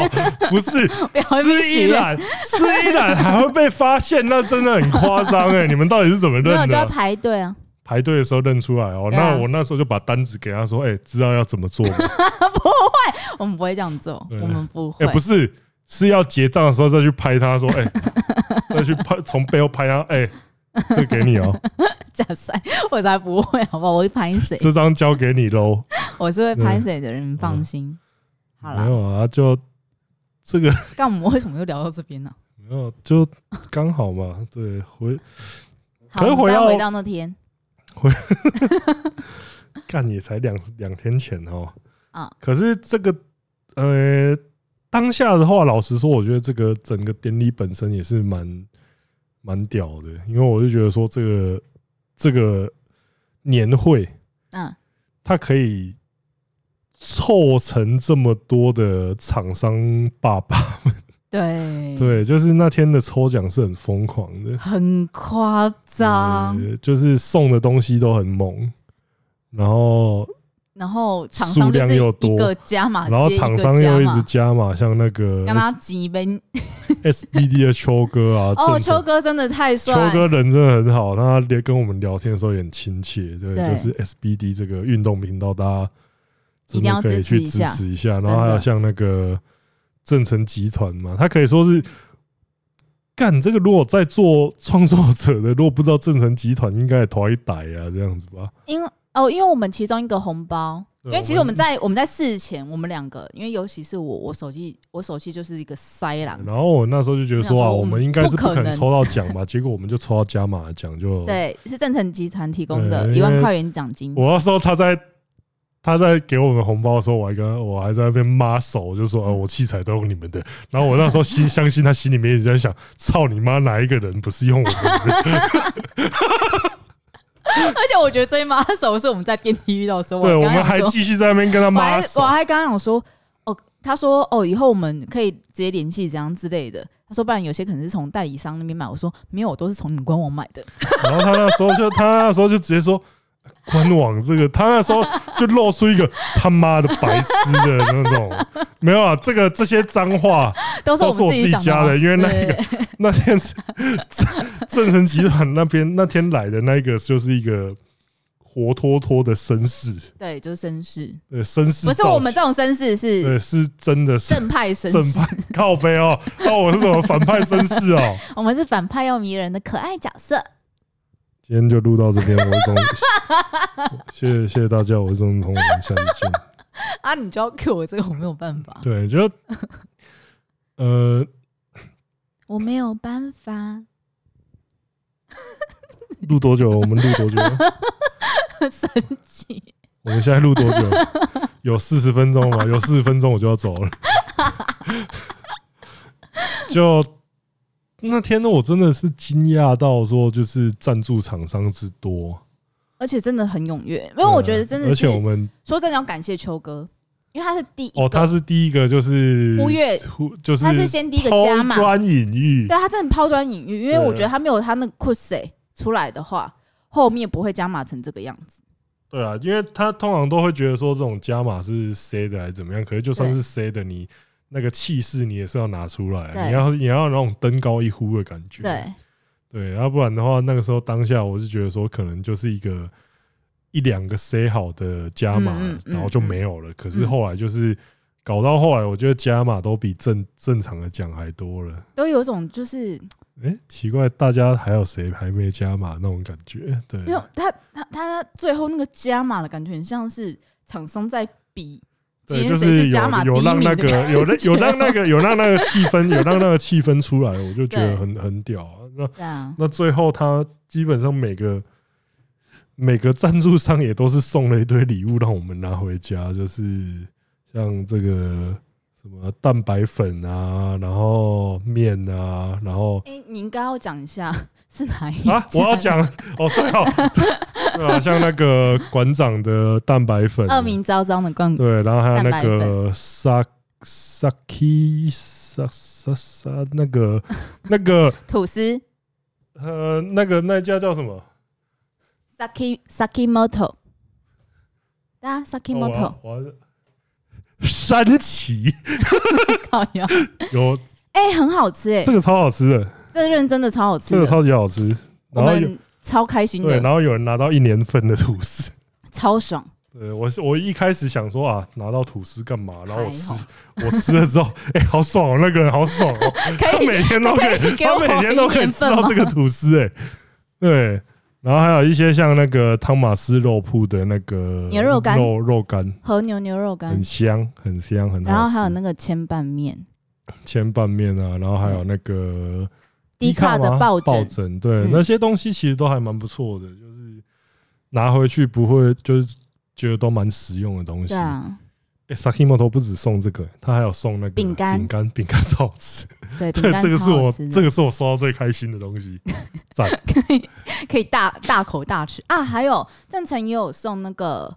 Speaker 1: 不是
Speaker 2: 不要在那边
Speaker 1: 吃
Speaker 2: 许
Speaker 1: 一
Speaker 2: 愿
Speaker 1: 揽，吃一揽还会被发现，那真的很夸张哎！你们到底是怎么
Speaker 2: 没有
Speaker 1: 认
Speaker 2: 就要
Speaker 1: 的？
Speaker 2: 排队啊，
Speaker 1: 排队的时候认出来哦。
Speaker 2: 对啊
Speaker 1: 那我那时候就把单子给他说，哎，知道要怎么做吗？
Speaker 2: 我们不会这样做，
Speaker 1: 对
Speaker 2: 我们不 会
Speaker 1: 哎，，不是，是要结账的时候再去拍他 说，哎，再去拍，从背后拍他，哎，这给你 哦，
Speaker 2: 假赛，我才不会，好不好？我会拍谁？
Speaker 1: 这张交给你喽。
Speaker 2: 我是会拍谁的人，你放心。
Speaker 1: 嗯
Speaker 2: 好
Speaker 1: 没
Speaker 2: 啦，
Speaker 1: 有啊，就这个
Speaker 2: 但我们为什么又聊到这边呢？
Speaker 1: 没有，就刚好嘛。对，回
Speaker 2: 好，
Speaker 1: 可是
Speaker 2: 我
Speaker 1: 回
Speaker 2: 们再
Speaker 1: 到
Speaker 2: 回到那天
Speaker 1: 干也才两两天前哦。
Speaker 2: 啊，
Speaker 1: 可是这个呃，当下的话，老实说，我觉得这个整个典礼本身也是蛮蛮屌的，因为我就觉得说这个这个年会，
Speaker 2: 嗯，
Speaker 1: 它可以凑成这么多的厂商爸爸，
Speaker 2: 对，
Speaker 1: 对，就是那天的抽奖是很疯狂的。
Speaker 2: 很夸张。
Speaker 1: 呃就是送的东西都很猛，然后
Speaker 2: 然后厂商就
Speaker 1: 数
Speaker 2: 是
Speaker 1: 量又
Speaker 2: 一
Speaker 1: 多
Speaker 2: 个加码，
Speaker 1: 然后
Speaker 2: 啊接一个
Speaker 1: 厂商又一
Speaker 2: 加
Speaker 1: 直
Speaker 2: 码
Speaker 1: 加嘛，像那个
Speaker 2: 跟他挤一杯。
Speaker 1: S B D 的秋哥啊，
Speaker 2: 哦，
Speaker 1: 郑
Speaker 2: 秋哥真的太
Speaker 1: 秋
Speaker 2: 帅，
Speaker 1: 哥人真的很好，那他连跟我们聊天的时候也很亲切，对，
Speaker 2: 对
Speaker 1: 就是 S B D 这个运动频道，大家真
Speaker 2: 一定
Speaker 1: 的
Speaker 2: 要
Speaker 1: 可以
Speaker 2: 支持
Speaker 1: 去
Speaker 2: 一
Speaker 1: 支
Speaker 2: 下
Speaker 1: 持一下，然
Speaker 2: 真
Speaker 1: 后
Speaker 2: 的
Speaker 1: 还有像那个正成集团嘛，他可以说是。干这个，如果在做创作者的，如果不知道正成集团，应该也头一歹啊，这样子吧。
Speaker 2: 因为哦，因为我们其中一个红包，
Speaker 1: 对
Speaker 2: 因为其实我们在我们在事前，我们两个，因为尤其是我，我手机我手机就是一个塞狼，
Speaker 1: 然后我那时候就觉得说啊，
Speaker 2: 我想说
Speaker 1: 我们应该是
Speaker 2: 不可
Speaker 1: 不可能
Speaker 2: 能
Speaker 1: 抽到奖吧，结果我们就抽到加码的奖，就。
Speaker 2: 对，是正成集团提供的
Speaker 1: 对
Speaker 2: 一
Speaker 1: 因
Speaker 2: 万
Speaker 1: 为
Speaker 2: 块钱奖金。
Speaker 1: 我那时候他在他在给我们红包的时候，我还跟他我还在那边抹手，就说啊，
Speaker 2: 嗯
Speaker 1: 我器材都用你们的。然后我那时候 心相信他心里面一直在想，操你妈，哪一个人不是用我 们的？
Speaker 2: 而且我觉得最妈手是我们在电梯遇到的时候，
Speaker 1: 对，
Speaker 2: 我
Speaker 1: 我
Speaker 2: 刚
Speaker 1: 们
Speaker 2: 刚
Speaker 1: 还
Speaker 2: 想说，
Speaker 1: 继续在那边跟他
Speaker 2: 我
Speaker 1: 抹
Speaker 2: 还
Speaker 1: 手
Speaker 2: 我。还刚刚想说，哦，他说哦，以后我们可以直接联系怎样之类的。他说不然有些可能是从代理商那边买，我说没有，我都是从你们官网买的。
Speaker 1: 然后他那时候就他那时候就直接说。官网这个，他那时候就露出一个他妈的白痴的那种， 没有啊，这个这些脏话，
Speaker 2: 都是
Speaker 1: 都
Speaker 2: 我
Speaker 1: 是
Speaker 2: 们
Speaker 1: 我
Speaker 2: 自己
Speaker 1: 自己
Speaker 2: 想
Speaker 1: 加
Speaker 2: 的
Speaker 1: 的
Speaker 2: 哦，
Speaker 1: 因为那
Speaker 2: 对
Speaker 1: 个 那天是正正成集团那边那天来的那个就是一个活脱脱的绅士，
Speaker 2: 对，就是绅士，
Speaker 1: 对绅士
Speaker 2: 不是
Speaker 1: 造
Speaker 2: 我们这种绅
Speaker 1: 型
Speaker 2: 士，是
Speaker 1: 对是真的是
Speaker 2: 正派绅
Speaker 1: 正
Speaker 2: 士，
Speaker 1: 派靠背哦，哦我是什么反派绅士哦？
Speaker 2: 我们是反派又迷人的可爱角色。
Speaker 1: 今天就录到这边，我是钟，谢谢谢谢大家，我是钟彤，我们下次见。
Speaker 2: 啊，你就要 Q 我这个，我没有办法，
Speaker 1: 对，就呃，
Speaker 2: 我没有 办法，
Speaker 1: 录多久？我们录多久？
Speaker 2: 神奇。
Speaker 1: 我们现在录多 久？有四十分钟吗？有四十分钟我就要走了。就那天呢，我真的是惊讶到说，就是赞助厂商之多，
Speaker 2: 而且真的很踊跃，因为我觉得真
Speaker 1: 对啊
Speaker 2: 的
Speaker 1: 而
Speaker 2: 是
Speaker 1: 且我们
Speaker 2: 说真的要感谢秋哥，因为他是第一个，
Speaker 1: 哦，他是第一个就是
Speaker 2: 忽略，
Speaker 1: 忽就是
Speaker 2: 他是先第一个
Speaker 1: 抛
Speaker 2: 加码，
Speaker 1: 砖引玉，
Speaker 2: 对啊他真的抛砖引玉，因
Speaker 1: 嗯对
Speaker 2: 为
Speaker 1: 啊
Speaker 2: 我觉得他没有他那个 c u s e 出来的话，后面不会加码成这个样子。
Speaker 1: 对啊，因为他通常都会觉得说这种加码是 C 的还是怎么样，可是就算是 C 的，你那个气势你也是要拿出来，啊
Speaker 2: 对
Speaker 1: 你要你要有那种登高一呼的感觉。
Speaker 2: 对，
Speaker 1: 对，要不然的话，那个时候当下我是觉得说，可能就是一个一两个 C 好的加码，
Speaker 2: 嗯嗯嗯
Speaker 1: 然后就没有了。可是后来就是搞到后来，我觉得加码都比正正常的奖还多了。
Speaker 2: 都有一种就是
Speaker 1: 哎、奇怪，大家还有谁还没加码那种感觉？对，
Speaker 2: 没有他他他最后那个加码的感觉，很像是厂商在比今
Speaker 1: 对，
Speaker 2: 天
Speaker 1: 就
Speaker 2: 谁
Speaker 1: 是
Speaker 2: 加码第
Speaker 1: 有
Speaker 2: 一
Speaker 1: 有让
Speaker 2: 名
Speaker 1: 那
Speaker 2: 的感
Speaker 1: 个有让有让那个有让那个气氛有让那个气氛出来，我就觉得
Speaker 2: 对
Speaker 1: 很很屌啊。那
Speaker 2: 觉啊。
Speaker 1: 那最后他基本上每个每个赞助商也都是送了一堆礼物让我们拿回家，就是像这个什么蛋白粉啊，然后面啊，然后
Speaker 2: 哎、你应该要讲一下是哪一
Speaker 1: 啊，我
Speaker 2: 家
Speaker 1: 要讲哦，对哦，对啊，像那个馆长的蛋白粉啊，
Speaker 2: 恶名昭彰的冠，
Speaker 1: 对，然后还有那
Speaker 2: 蛋白粉
Speaker 1: 个萨萨 k 萨萨萨那个那个
Speaker 2: 吐司
Speaker 1: 呃那个那一家叫什么？
Speaker 2: Saki Saki Moto，大家 Saki
Speaker 1: 哦我
Speaker 2: Moto
Speaker 1: 要我要山崎
Speaker 2: 烤鸭，
Speaker 1: 有
Speaker 2: 哎、很好吃哎、
Speaker 1: 这个超好吃的，
Speaker 2: 这认真的超好吃
Speaker 1: 这
Speaker 2: 的，
Speaker 1: 个超级好吃。
Speaker 2: 我
Speaker 1: 然后有
Speaker 2: 们超开心
Speaker 1: 对，
Speaker 2: 的，
Speaker 1: 然后有人拿到一年份的吐司。
Speaker 2: 超爽。
Speaker 1: 对，我是我一开始想说啊，拿到吐司干嘛？然后我吃
Speaker 2: 还好，
Speaker 1: 我吃了之后， 哎、好爽哦，那个人 好爽哦，他
Speaker 2: 可以
Speaker 1: 每天都可以，
Speaker 2: 哎可以给
Speaker 1: 他
Speaker 2: 我
Speaker 1: 每天都可以
Speaker 2: 一年
Speaker 1: 吃
Speaker 2: 份
Speaker 1: 到
Speaker 2: 吗
Speaker 1: 这个吐司、哎，对。然后还有一些像那个汤马斯肉铺的那个
Speaker 2: 牛肉干
Speaker 1: 肉肉干
Speaker 2: 和牛牛肉干
Speaker 1: 很，香，很香，很好吃。
Speaker 2: 然后还有那个千拌面，
Speaker 1: 千拌面啊，然后还有那个
Speaker 2: 低
Speaker 1: 卡
Speaker 2: 卡的
Speaker 1: 抱
Speaker 2: 抱枕，
Speaker 1: 枕，对，
Speaker 2: 嗯
Speaker 1: 那些东西其实都还蛮不错的，就是拿回去不会就是觉得都蛮实用的东西。
Speaker 2: 对啊，
Speaker 1: 哎，Sakimoto 不止送这个，他还有送那个
Speaker 2: 饼干
Speaker 1: 饼干，饼干超好吃。
Speaker 2: 对， 饼
Speaker 1: 这
Speaker 2: 干
Speaker 1: 这个是
Speaker 2: 超好
Speaker 1: 我
Speaker 2: 吃的
Speaker 1: 这个是我收到最开心的东西，赞。
Speaker 2: 可以大大口大吃啊。还有郑成也有送那个，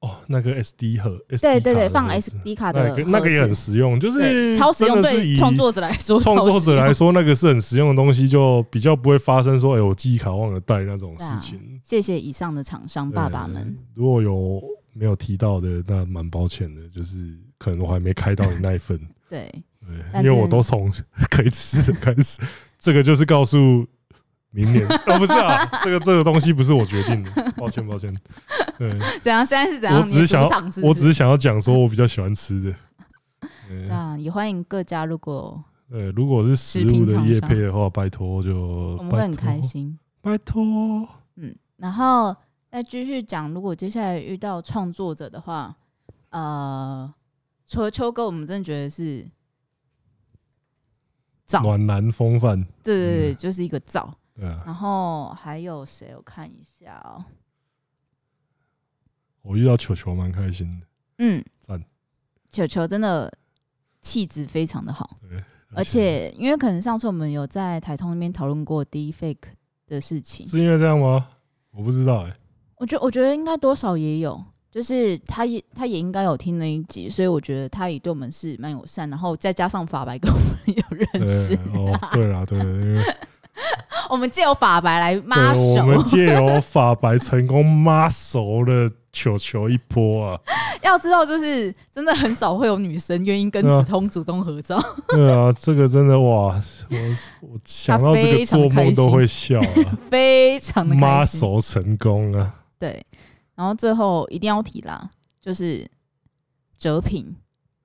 Speaker 1: 哦，那个 SD 盒，
Speaker 2: 对
Speaker 1: SD
Speaker 2: 对对，
Speaker 1: 卡的
Speaker 2: 放
Speaker 1: 盒子
Speaker 2: SD 卡的
Speaker 1: 那个那个也很
Speaker 2: 盒子
Speaker 1: 实用，就
Speaker 2: 对
Speaker 1: 是
Speaker 2: 超实用，
Speaker 1: 真的是
Speaker 2: 对
Speaker 1: 以
Speaker 2: 创 作者来说，
Speaker 1: 创作者来
Speaker 2: 超实
Speaker 1: 说，
Speaker 2: 用，
Speaker 1: 那个是很实用的东西，就比较不会发生说，哎、我记忆卡忘了带那种事情。
Speaker 2: 谢谢以上的厂商爸爸
Speaker 1: 对
Speaker 2: 们，，
Speaker 1: 嗯如果有没有提到的，那蛮抱歉的，就是可能我还没开到你那一 份，
Speaker 2: 对，
Speaker 1: 对，
Speaker 2: 但
Speaker 1: 因为
Speaker 2: 真的
Speaker 1: 我都从 可以吃的开始，这个就是告诉明 年，哦，不是啊，这个这个东西不是我决定的，抱歉抱歉，对
Speaker 2: 怎样？现在是怎样？
Speaker 1: 我只是想要
Speaker 2: 你主场 是不
Speaker 1: 我
Speaker 2: 是
Speaker 1: 只是想要讲说我比较喜欢吃的。对
Speaker 2: 对啊，也欢迎各家，如果
Speaker 1: 呃，如果是食物的业配的话，拜托就
Speaker 2: 我们
Speaker 1: 拜
Speaker 2: 会很
Speaker 1: 托
Speaker 2: 开，心。
Speaker 1: 拜托。
Speaker 2: 嗯，然后再继续讲，如果接下来遇到创作者的话，呃，除了秋哥，我们真的觉得是造，
Speaker 1: 暖男风范，
Speaker 2: 对对对，就是一个造。
Speaker 1: 对嗯啊，
Speaker 2: 然后还有谁？我看一下哦，
Speaker 1: 我遇到球球蛮开心的，
Speaker 2: 嗯，
Speaker 1: 赞。
Speaker 2: 球球真的气质非常的好，
Speaker 1: 对，
Speaker 2: 而且因为可能上次我们有在台通那边讨论过 D fake 的事情，
Speaker 1: 是因为这样吗？我不知道哎，
Speaker 2: 我觉我觉得应该多少也有，就是他也他也应该有听那一集，所以我觉得他也对我们是蛮友善，然后再加上法白跟我们有认识
Speaker 1: 对，哦，
Speaker 2: 啊
Speaker 1: 对啦，对，因 为
Speaker 2: 我们借由法白来抹
Speaker 1: 对啊我们
Speaker 2: 手。
Speaker 1: 借由法白成功抹熟了球球一波啊，
Speaker 2: 要知道，就是真的很少会有女生愿意跟
Speaker 1: 对啊
Speaker 2: 子通主动合照，
Speaker 1: 对啊， 这个真的哇，我我想到这个做梦都会笑啊，
Speaker 2: 非常的
Speaker 1: 抹
Speaker 2: 开心。
Speaker 1: 熟成功啊，
Speaker 2: 对，然后最后一定要提啦，就是哲平，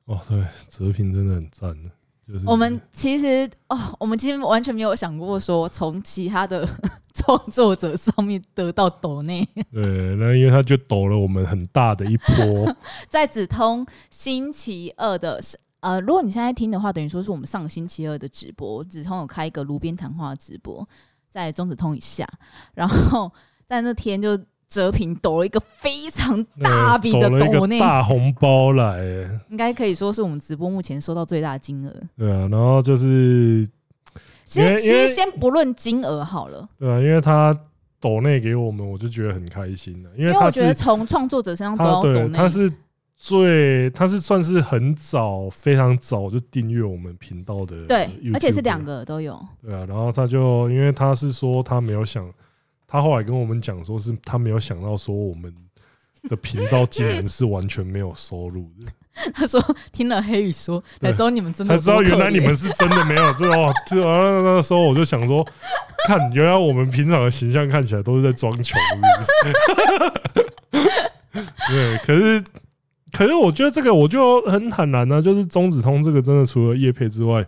Speaker 1: 哦，对，哲平真的很赞的，就是
Speaker 2: 我们其实哦，我们其实完全没有想过说从其他的 创作者上面得到抖内。
Speaker 1: 对，那因为他就抖了我们很大的一波，
Speaker 2: 在只通星期二的呃，如果你现在听的话，等于说是我们上个星期二的直播，只通有开一个炉边谈话直播，在中子通以下，然后在那天就折屏抖了一个非常 大笔的
Speaker 1: 抖了一
Speaker 2: 抖
Speaker 1: 个
Speaker 2: 内，
Speaker 1: 大红包来、欸
Speaker 2: 应该可以说是我们直播目前收到最大的金额。
Speaker 1: 对啊，然后就是
Speaker 2: 其
Speaker 1: 因
Speaker 2: 实
Speaker 1: 为
Speaker 2: 其
Speaker 1: 因为
Speaker 2: 实先不论金额好了，
Speaker 1: 对啊，因为他抖内给我们，我就觉得很开心了、因
Speaker 2: 因
Speaker 1: 为
Speaker 2: 为
Speaker 1: 他
Speaker 2: 我觉得
Speaker 1: 是
Speaker 2: 从创作者身上都
Speaker 1: 他
Speaker 2: 要抖
Speaker 1: 对
Speaker 2: 内
Speaker 1: 他。是最他是算是很早非常早就订阅我们频道的，
Speaker 2: 对，而且是两，个都有，
Speaker 1: 对啊，然后他就因为他是说他没有想，他后来跟我们讲说是他没有想到说我们的频道竟然是完全没有收入的。
Speaker 2: 他说听了黑雨说，才
Speaker 1: 对
Speaker 2: 知道你们真的
Speaker 1: 才
Speaker 2: 有
Speaker 1: 知道
Speaker 2: 多
Speaker 1: 原
Speaker 2: 可
Speaker 1: 来你
Speaker 2: 怜
Speaker 1: 们是真的 没有这哦，这哦那时候我就想说，看原来我们平常的形象看起来都是在装穷，是不 是？对，可是可是我觉得这个我就很坦然呢、就是中子通这个真的除了业配之外，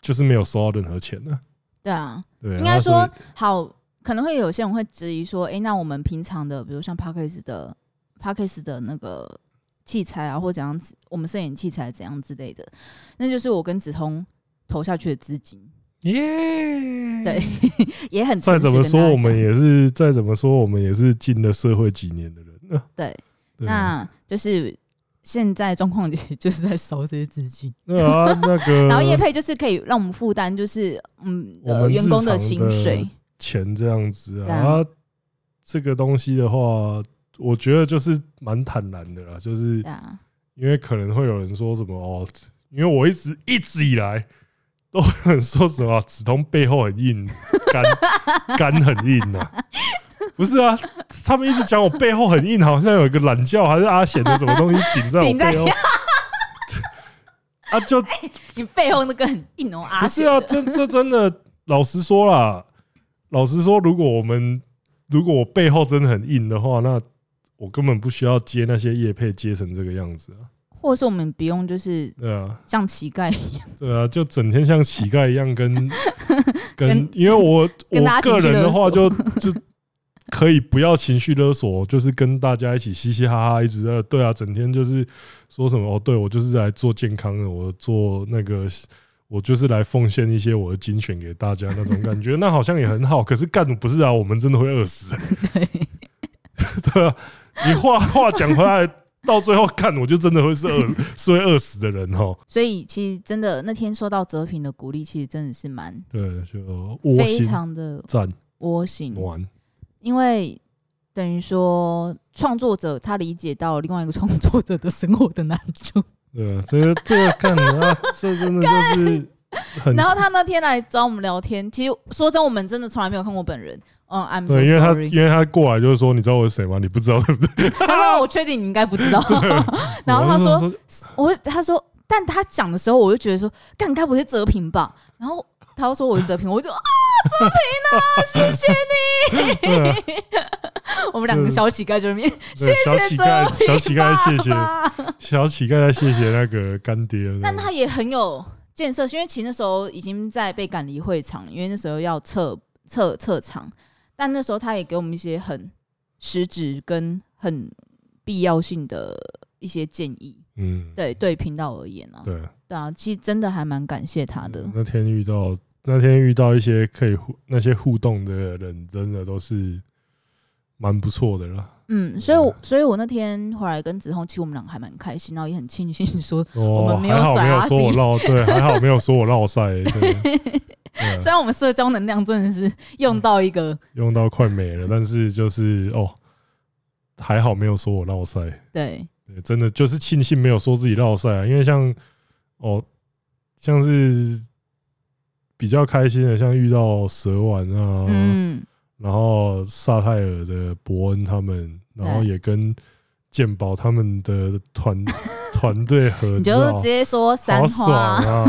Speaker 1: 就是没有收到任何钱的、
Speaker 2: 对啊，
Speaker 1: 对，然
Speaker 2: 应该
Speaker 1: 后所以
Speaker 2: 说好，可能会有些人会质疑说，诶，那我们平常的，比如像 p a c k a g e 的 p a c k a g e 的那个器材啊，或怎样子，我们摄影器材怎样之类的，那就是我跟子通投下去的资金，
Speaker 1: 耶，
Speaker 2: 对，也 很
Speaker 1: 再
Speaker 2: 诚
Speaker 1: 怎
Speaker 2: 实
Speaker 1: 么
Speaker 2: 跟
Speaker 1: 说我
Speaker 2: 大家
Speaker 1: 们
Speaker 2: 讲。
Speaker 1: 也是，再怎么说我们也是进了社会几年的人呢、
Speaker 2: 对，
Speaker 1: 对啊，
Speaker 2: 那就是现在状况其实就是在烧这些资金，
Speaker 1: 那啊那 个，
Speaker 2: 然后业配就是可以让我们负担，就是嗯，
Speaker 1: 我
Speaker 2: 呃，
Speaker 1: 们
Speaker 2: 员工
Speaker 1: 日常的
Speaker 2: 薪水，
Speaker 1: 钱这样子
Speaker 2: 对
Speaker 1: 啊。
Speaker 2: 啊
Speaker 1: 啊这个东西的话，我觉得就是蛮坦然的啦，就是
Speaker 2: 对啊，
Speaker 1: 因为可能会有人说什么哦，因为我一直一直以来都有人说什么止痛背后很硬， 肝肝很硬呐、不是啊，他们一直讲我背后很硬，好像有一个懒觉还是阿显的什么东西顶在我
Speaker 2: 顶在
Speaker 1: 背后。 啊，就
Speaker 2: 你背后那个很硬哦，阿
Speaker 1: 不是啊，
Speaker 2: 显的
Speaker 1: 这这真的，老实说啦，老实说，如果我们如果我背后真的很硬的话，那我根本不需要接那些业配接成这个样子啊，
Speaker 2: 或者是我们不用就是
Speaker 1: 对啊，
Speaker 2: 像乞丐
Speaker 1: 对啊，就整天像乞丐一样 跟跟，
Speaker 2: 跟
Speaker 1: 因为我
Speaker 2: 跟大
Speaker 1: 我
Speaker 2: 家
Speaker 1: 个
Speaker 2: 情绪
Speaker 1: 人的话
Speaker 2: 勒
Speaker 1: 就就。可以不要情绪勒索，就是跟大家一起嘻嘻哈哈，一直在对啊，整天就是说什么哦，对我就是来做健康的，我做那个我就是来奉献一些我的精选给大家那种感 觉，那好像也很好。可是干不是啊，我们真的会饿死。对， 对啊，你话话讲回来，到最后干我就真的会是饿，是会饿死的人哦。
Speaker 2: 所以其实真的那天收到哲平的鼓励，其实真的是蛮
Speaker 1: 对，就窝
Speaker 2: 非
Speaker 1: 心
Speaker 2: 常的
Speaker 1: 赞
Speaker 2: 窝心，
Speaker 1: 完，
Speaker 2: 因为等于说创作者他理解到另外一个创作者的生活的难处，嗯
Speaker 1: 对啊，这个这个干啊，这真的就是很
Speaker 2: 然后他那天来找我们聊天，其实说真，我们真的从来没有看过本人，嗯，I'm so
Speaker 1: 对，因为他
Speaker 2: sorry，
Speaker 1: 因为他过来就是说，你知道我是谁吗？你不知道对不对？
Speaker 2: 他 说我确定你应该不知道， 然后他
Speaker 1: 我就
Speaker 2: 说我他说，但他讲的时候，我就觉得说，干该不会是泽平吧？然后他又说我是泽平，我就啊，泽平啊，谢 谢你。
Speaker 1: 对啊
Speaker 2: 我们两个小乞丐这边，
Speaker 1: 对小乞丐，小乞丐，谢啊谢
Speaker 2: 谢。
Speaker 1: 小乞丐，谢谢那个干爹。
Speaker 2: 但他也很有建设性，因为其实那时候已经在被赶离会场，因为那时候要撤撤撤场，但那时候他也给我们一些很实质跟很必要性的一些建议。
Speaker 1: 嗯，
Speaker 2: 对，对频道而言啊，
Speaker 1: 对。
Speaker 2: 对啊，其实真的还蛮感谢他的。
Speaker 1: 那天遇到那天遇到一些可以互那些互动的人，真的都是蛮不错的啦。
Speaker 2: 嗯，所以
Speaker 1: 啊
Speaker 2: 我所以我那天回来跟子彤，其实我们两个还蛮开心，然后也很庆 幸说，我
Speaker 1: 哦，
Speaker 2: 们没有
Speaker 1: 还好
Speaker 2: 甩
Speaker 1: 没有
Speaker 2: 阿
Speaker 1: 说我
Speaker 2: 弟
Speaker 1: 绕，对，还好没有说我绕赛、欸，对 对
Speaker 2: 虽然我们社交能量真的是
Speaker 1: 嗯
Speaker 2: 用到一个、
Speaker 1: 用到快没了，但是就是哦，还好没有说我绕赛，
Speaker 2: 对
Speaker 1: 对，真的就是庆幸没有说自己绕赛、啊，因为像哦，像是比较开心的，像遇到蛇丸啊，
Speaker 2: 嗯
Speaker 1: 然后萨泰尔的伯恩他们，然后
Speaker 2: 对
Speaker 1: 也跟健宝他们的 团团队合
Speaker 2: 你就
Speaker 1: 照
Speaker 2: 直，接说
Speaker 1: 好
Speaker 2: 三
Speaker 1: 爽
Speaker 2: 花，
Speaker 1: 啊！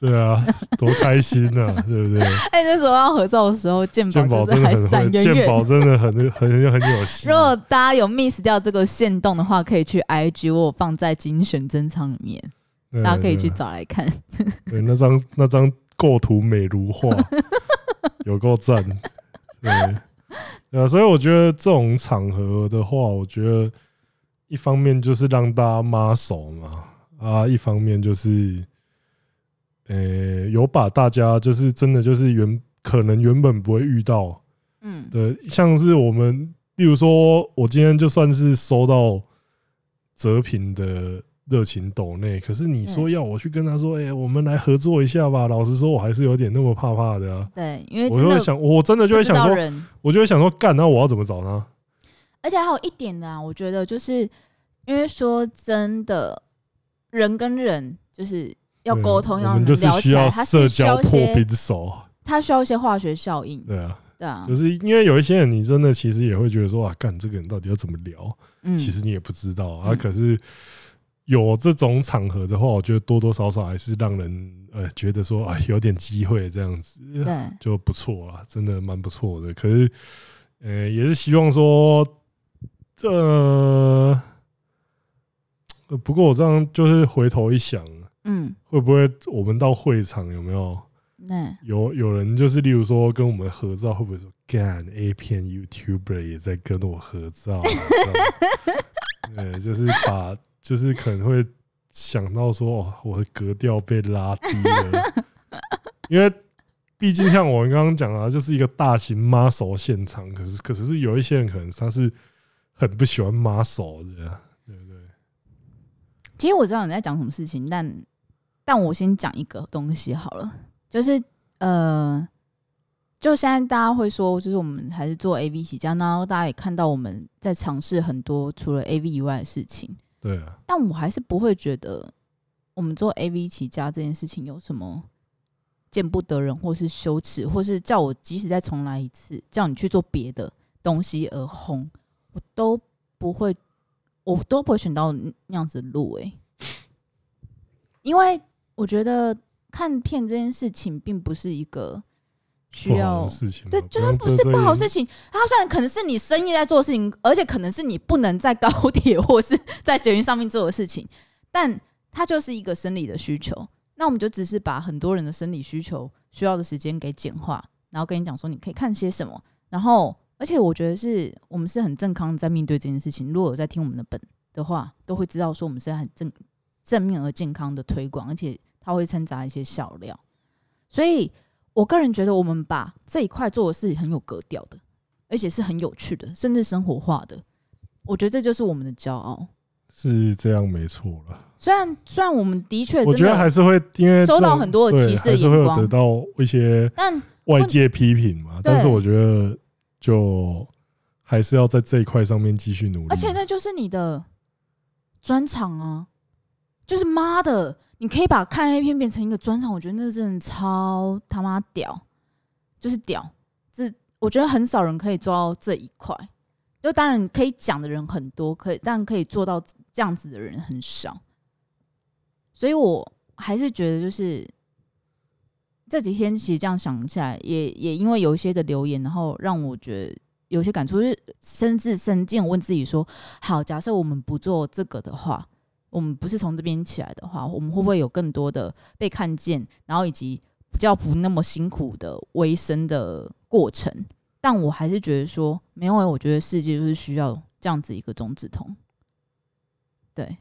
Speaker 1: 对啊，多开心啊，对不对？
Speaker 2: 哎、那时候要合照的时候，鉴宝
Speaker 1: 健宝
Speaker 2: 嗯就是
Speaker 1: 真的
Speaker 2: 还
Speaker 1: 很
Speaker 2: 闪
Speaker 1: 会，
Speaker 2: 远
Speaker 1: 健宝
Speaker 2: 远。
Speaker 1: 真的很很很有戏
Speaker 2: 如。果大家有 miss 掉这个线动的话，可以去 IG，我有放在精选珍藏里面。
Speaker 1: 对
Speaker 2: 大家可以
Speaker 1: 对
Speaker 2: 去找来看。
Speaker 1: 对，那张那张构图美如 画，有够赞。对，对啊，所以我觉得这种场合的话，我觉得一方面就是让大家妈手嘛，啊，一方面就是，呃、有把大家就是真的就是原可能原本不会遇到
Speaker 2: 嗯，
Speaker 1: 的，像是我们，例如说，我今天就算是收到泽平的热情斗内，可是你说
Speaker 2: 对
Speaker 1: 要我去跟他说，哎、我们来合作一下吧。老实说，我还是有点那么怕怕的啊。
Speaker 2: 对，因为
Speaker 1: 我
Speaker 2: 嗯真
Speaker 1: 就
Speaker 2: 的
Speaker 1: 会想，我真的就
Speaker 2: 不
Speaker 1: 会
Speaker 2: 知
Speaker 1: 想
Speaker 2: 道
Speaker 1: 说，
Speaker 2: 人，
Speaker 1: 我就会想说，干，那我要怎么找他？
Speaker 2: 而且还有一点呢、啊，我觉得就是因为说真的，人跟人就是要
Speaker 1: 对
Speaker 2: 沟通，
Speaker 1: 嗯我
Speaker 2: 要
Speaker 1: 们
Speaker 2: 能
Speaker 1: 就是
Speaker 2: 聊
Speaker 1: 需
Speaker 2: 起来，
Speaker 1: 要
Speaker 2: 它
Speaker 1: 社
Speaker 2: 是需
Speaker 1: 交
Speaker 2: 要一
Speaker 1: 破
Speaker 2: 些
Speaker 1: 冰，手，
Speaker 2: 它需要一些化学效应，
Speaker 1: 对啊，
Speaker 2: 对啊
Speaker 1: 就，是因为有一些人，你真的其实也会觉得说，啊，干，这个人到底要怎么聊？
Speaker 2: 嗯，
Speaker 1: 其实你也不知道啊。
Speaker 2: 嗯
Speaker 1: 可是有这种场合的话，我觉得多多少少还是让人呃觉得说，哎，有点机会这样子
Speaker 2: 对，
Speaker 1: 就不错啦，真的蛮不错的。可是呃，也是希望说这、呃不过我这样就是回头一想，
Speaker 2: 嗯，
Speaker 1: 会不会我们到会场有没有？
Speaker 2: 那
Speaker 1: 有有人就是，例如说跟我们合照，会不会说干 A 片 YouTuber 也在跟我合照、啊？这样 对，就是把，就是可能会想到说，哦，我的格调被拉低了，因为毕竟像我们刚刚讲啊，就是一个大型 muscle 现场，可是可是是有一些人可能他是很不喜欢 muscle 的啊，对不对？
Speaker 2: 其实我知道你在讲什么事情，但但我先讲一个东西好了，就是呃，就现在大家会说，就是我们还是做 A V 起家，然后大家也看到我们在尝试很多除了 A V 以外的事情，
Speaker 1: 对啊，
Speaker 2: 但我还是不会觉得我们做 A V 起家这件事情有什么见不得人，或是羞耻，或是叫我即使再重来一次，叫你去做别的东西而红，我都不会，我都不会选到那样子的路诶、欸因为我觉得看片这件事情并不是一个需
Speaker 1: 不好
Speaker 2: 要
Speaker 1: 的事情嘛，
Speaker 2: 对，就是不是不好事情。它虽然可能是你生意在做的事情，而且可能是你不能在高铁 或是在捷运上面做的事情，但它就是一个生理的需求。那我们就只是把很多人的生理需求需要的时间给简化，然后跟你讲说你可以看些什么。然后，而且我觉得是我们是很正康地在面对这件事情。如果有在听我们的本的话，都会知道说我们是很正正面而健康的推广，而且它会掺杂一些笑料。所以我个人觉得，我们把这一块做的是很有格调的，而且是很有趣的，甚至生活化的。我觉得这就是我们的骄傲。
Speaker 1: 是这样没错了。
Speaker 2: 虽然虽然我们的确
Speaker 1: 我
Speaker 2: 真
Speaker 1: 觉得还
Speaker 2: 的，
Speaker 1: 是会因为
Speaker 2: 收
Speaker 1: 这
Speaker 2: 到
Speaker 1: 种
Speaker 2: 很多的
Speaker 1: 对
Speaker 2: 歧视的
Speaker 1: 还是会
Speaker 2: 眼
Speaker 1: 有
Speaker 2: 光
Speaker 1: 得到一些
Speaker 2: 但
Speaker 1: 外界批评嘛。但是
Speaker 2: 对
Speaker 1: 我觉得就还是要在这一块上面继续努力。
Speaker 2: 而且那就是你的专场啊，就是妈的，你可以把看 A 片变成一个专场，我觉得那真的超他妈屌，就是屌，这我觉得很少人可以做到这一块。就当然可以讲的人很多，可以但可以做到这样子的人很少，所以我还是觉得就是这几天其实这样想起来，也也因为有一些的留言，然后让我觉得有些感触，就是甚至深见问自己说：好，假设我们不做这个的话，我们不是从这边起来的话，我们会不会有更多的被看见，然后以及比较不那么辛苦的维生的过程？但我还是觉得说，没有欸，我觉得世界就是需要这样子一个中止通。对，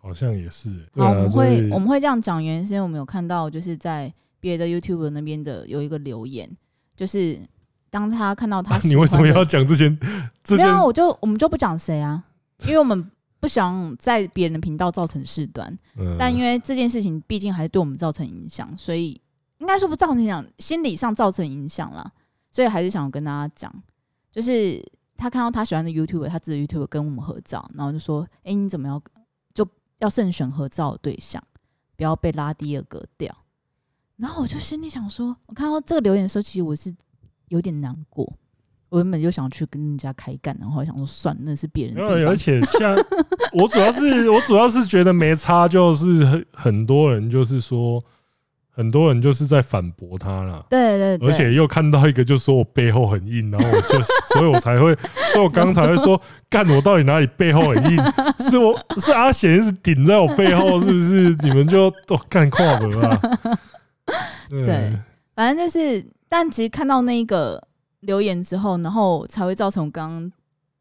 Speaker 1: 好像也是，对
Speaker 2: 好，
Speaker 1: 啊，
Speaker 2: 我们
Speaker 1: 所
Speaker 2: 会
Speaker 1: 以
Speaker 2: 我们会这样讲，原因是因为我们有看到就是在别的 YouTube 那边的有一个留言，就是当他看到他、
Speaker 1: 啊 你为什么要？讲这些？这
Speaker 2: 没
Speaker 1: 些
Speaker 2: 有啊，我就我们就不讲谁啊，因为我们不想在别人的频道造成事端，
Speaker 1: 嗯
Speaker 2: 但因为这件事情毕竟还是对我们造成影响，所以应该说不造成影响，心理上造成影响啦，所以还是想跟大家讲，就是他看到他喜欢的 YouTube，他自己的 YouTube 跟我们合照，然后就说：“哎、你怎么要就要慎选合照的对象，不要被拉低了格调。”然后我就心里想说，我看到这个留言的时候，其实我是有点难过。我原本就想去跟人家开干，然后后来想说算了，那是别人的
Speaker 1: 没
Speaker 2: 地方
Speaker 1: 有，而且 像我主要是我主要是觉得没差，就是很很多人就是说很多人就是在反驳他啦。
Speaker 2: 对对对，
Speaker 1: 而且又看到一个，就说我背后很硬，然后我 就，所以我才会，所以我刚才会说，干我到底哪里背后很硬？是我是阿贤一直顶在我背后，是不是？你们就都干跨门 啊？
Speaker 2: 对，反正就是，但其实看到那个留言之后，然后才会造成我刚刚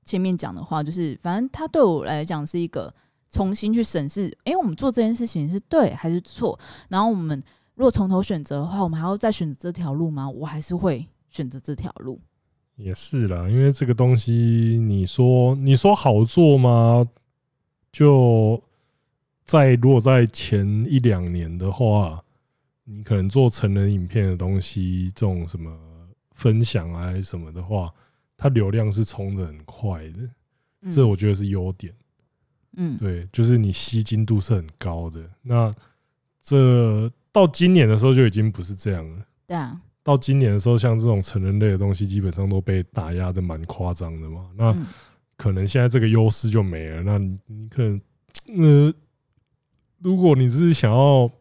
Speaker 2: 前面讲的话，就是反正他对我来讲是一个重新去审视，诶，我们做这件事情是对还是错？然后我们如果从头选择的话，我们还要再选择这条路吗？我还是会选择这条路。
Speaker 1: 也是啦，因为这个东西，你说你说好做吗？就在如果在前一两年的话，你可能做成人影片的东西，这种什么分享啊还是什么的话，它流量是冲的很快的，
Speaker 2: 嗯
Speaker 1: 这我觉得是优点。
Speaker 2: 嗯
Speaker 1: 对，就是你吸金度是很高的。那这到今年的时候就已经不是这样了。
Speaker 2: 对啊，
Speaker 1: 到今年的时候，像这种成人类的东西，基本上都被打压的蛮夸张的嘛。那
Speaker 2: 嗯
Speaker 1: 可能现在这个优势就没了。那你你可能，呃，如果你是想要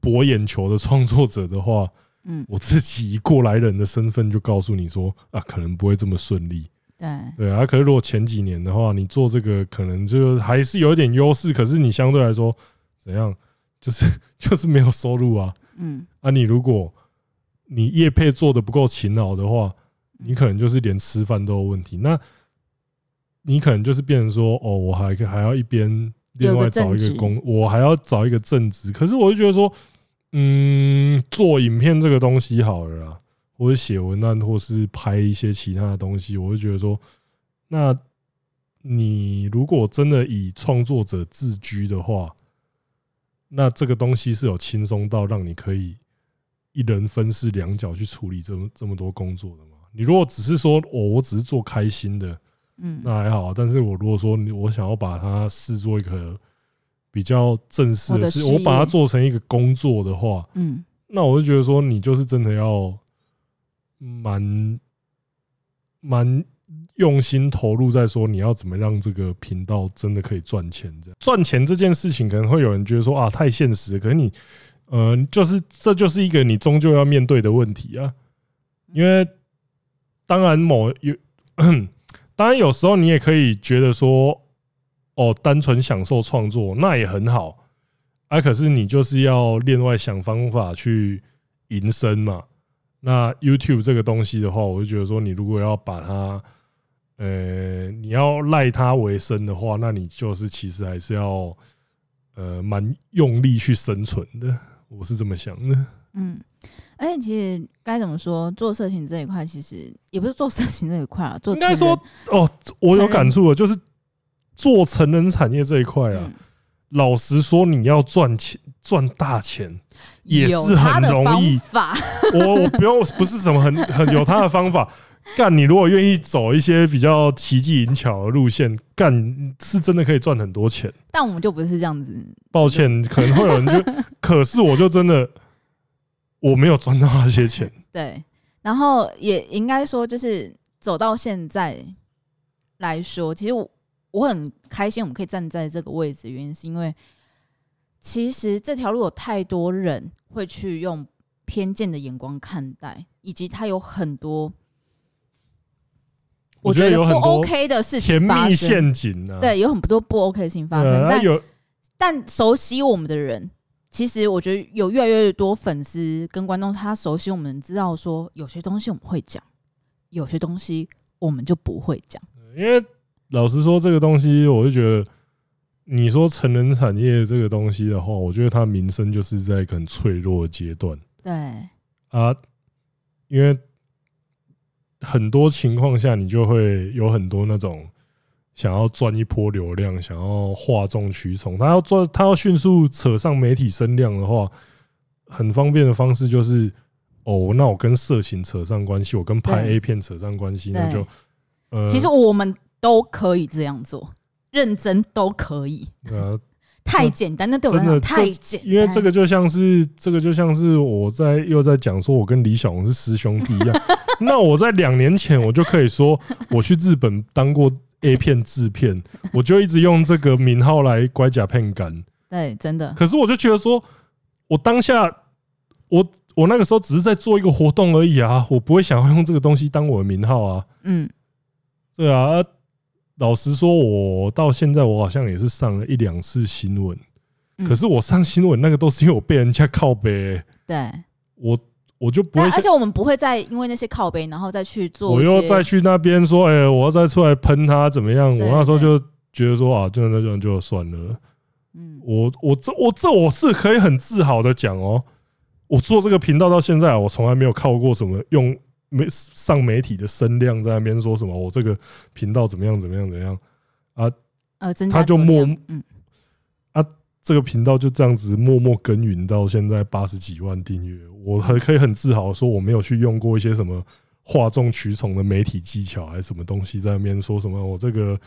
Speaker 1: 博眼球的创作者的话，
Speaker 2: 嗯，
Speaker 1: 我自己以过来人的身份就告诉你说 啊，可能不会这么顺利。
Speaker 2: 对
Speaker 1: 对啊，可是如果前几年的话，你做这个可能就还是有一点优势，可是你相对来说怎样，就是 就是没有收入啊。
Speaker 2: 嗯，
Speaker 1: 啊，你如果你业配做的不够勤劳的话，你可能就是连吃饭都有问题。那你可能就是变成说，哦，我还还要一边另外找
Speaker 2: 有个
Speaker 1: 一
Speaker 2: 正
Speaker 1: 个
Speaker 2: 职
Speaker 1: 工，我还要找一个正职。可是我就觉得说，嗯，做影片这个东西好了啦，或者写文案，或是拍一些其他的东西，我就觉得说，那你如果真的以创作者自居的话，那这个东西是有轻松到让你可以一人分饰两角去处理这么这么多工作的吗？你如果只是说哦，我只是做开心的，
Speaker 2: 嗯
Speaker 1: 那还好啊。但是我如果说你我想要把它视作一个比较正式
Speaker 2: 我的
Speaker 1: 的事，
Speaker 2: 事
Speaker 1: 我
Speaker 2: 业
Speaker 1: 把它做成一个工作的话，
Speaker 2: 嗯
Speaker 1: 那我就觉得说你就是真的要蛮蛮用心投入在说你要怎么让这个频道真的可以赚钱。这样赚钱这件事情，可能会有人觉得说啊太现实了，可是你呃就是这就是一个你终究要面对的问题啊，因为当然某有 当然有时候你也可以觉得说哦单纯享受创作那也很好。啊，可是你就是要另外想方法去营生嘛。那 YouTube 这个东西的话，我就觉得说，你如果要把它，呃，你要赖它为生的话，那你就是其实还是要，呃，蛮用力去生存的。我是这么想的。
Speaker 2: 嗯，而且其实该怎么说，做色情这一块，其实也不是做色情这一块啊，做
Speaker 1: 应该
Speaker 2: 成
Speaker 1: 说
Speaker 2: 人，
Speaker 1: 哦，我有
Speaker 2: 成人
Speaker 1: 感触了，就是做成人产业这一块啊，
Speaker 2: 嗯
Speaker 1: 老实说，你要赚钱赚大钱也
Speaker 2: 有
Speaker 1: 是
Speaker 2: 他
Speaker 1: 很
Speaker 2: 的
Speaker 1: 容易
Speaker 2: 方，法，
Speaker 1: 我我不用，不是什么很很有他的方法。干，你如果愿意走一些比较奇技淫巧的路线，干是真的可以赚很多钱。
Speaker 2: 但我们就不是这样子。
Speaker 1: 抱歉，可能会有人就，可是我就真的我没有赚到那些钱。
Speaker 2: 对，然后也应该说，就是走到现在来说，其实我我很开心，我们可以站在这个位置，原因是因为其实这条路有太多人会去用偏见的眼光看待，以及他有很多
Speaker 1: 我觉
Speaker 2: 觉
Speaker 1: 得有
Speaker 2: 不
Speaker 1: 很多
Speaker 2: OK 的事
Speaker 1: 甜
Speaker 2: 情发
Speaker 1: 蜜
Speaker 2: 生，
Speaker 1: 陷阱啊，
Speaker 2: 对，有很多不 OK 的事情发
Speaker 1: 呃，
Speaker 2: 生，
Speaker 1: 啊
Speaker 2: 但
Speaker 1: 有
Speaker 2: 但熟悉我们的人，其实我觉得有越来越多粉丝跟观众，他熟悉我们，知道说有些东西我们会讲，有些东西我们就不会讲。
Speaker 1: 因为老实说，这个东西我就觉得，你说成人产业这个东西的话，我觉得它民生就是在一个很脆弱的阶段。
Speaker 2: 对，
Speaker 1: 啊，因为很多情况下，你就会有很多那种想要赚一波流量、想要哗众取宠，他要做，他要迅速扯上媒体声量的话，很方便的方式就是，哦，那我跟色情扯上关系，我跟拍
Speaker 2: 对
Speaker 1: A 片扯上关系，那
Speaker 2: 对
Speaker 1: 就呃，
Speaker 2: 其实我们都可以这样做，认真都可以。
Speaker 1: 呃，
Speaker 2: 太简单，那对我来
Speaker 1: 真
Speaker 2: 讲
Speaker 1: 的
Speaker 2: 太简单。
Speaker 1: 因为这个就像是这个就像是我在又在讲说，我跟李小龙是师兄弟一样。那我在两年前我就可以说，我去日本当过 A 片制片，我就一直用这个名号来拐甲骗干。
Speaker 2: 对，真的
Speaker 1: 可是我就觉得说，我当下我我那个时候只是在做一个活动而已啊，我不会想要用这个东西当我的名号啊。
Speaker 2: 嗯，
Speaker 1: 对啊，啊老实说，我到现在我好像也是上了一两次新闻，
Speaker 2: 嗯
Speaker 1: 可是我上新闻那个都是因为我被人家靠背、
Speaker 2: 对。
Speaker 1: 我我就不
Speaker 2: 但
Speaker 1: 会
Speaker 2: 而
Speaker 1: 像
Speaker 2: 且我们不会再因为那些靠背，然后再去做
Speaker 1: 我
Speaker 2: 一
Speaker 1: 又
Speaker 2: 些
Speaker 1: 再去那边说，哎、我要再出来喷他怎么样？我
Speaker 2: 对
Speaker 1: 那时候就觉得说啊，就那这样就算了。
Speaker 2: 嗯
Speaker 1: 我我这我这我是可以很自豪的讲哦，我做这个频道到现在啊，我从来没有靠过什么用媒上媒体的声量在那边说什么我这个频道怎么样怎么样怎么样，
Speaker 2: 呃增加
Speaker 1: 他就
Speaker 2: 流量
Speaker 1: 默
Speaker 2: 嗯
Speaker 1: 这个频道就这样子默默耕耘到现在八十几万订阅，我还可以很自豪地说我没有去用过一些什么哗众取宠的媒体技巧还是什么东西在那边说什么哦我这个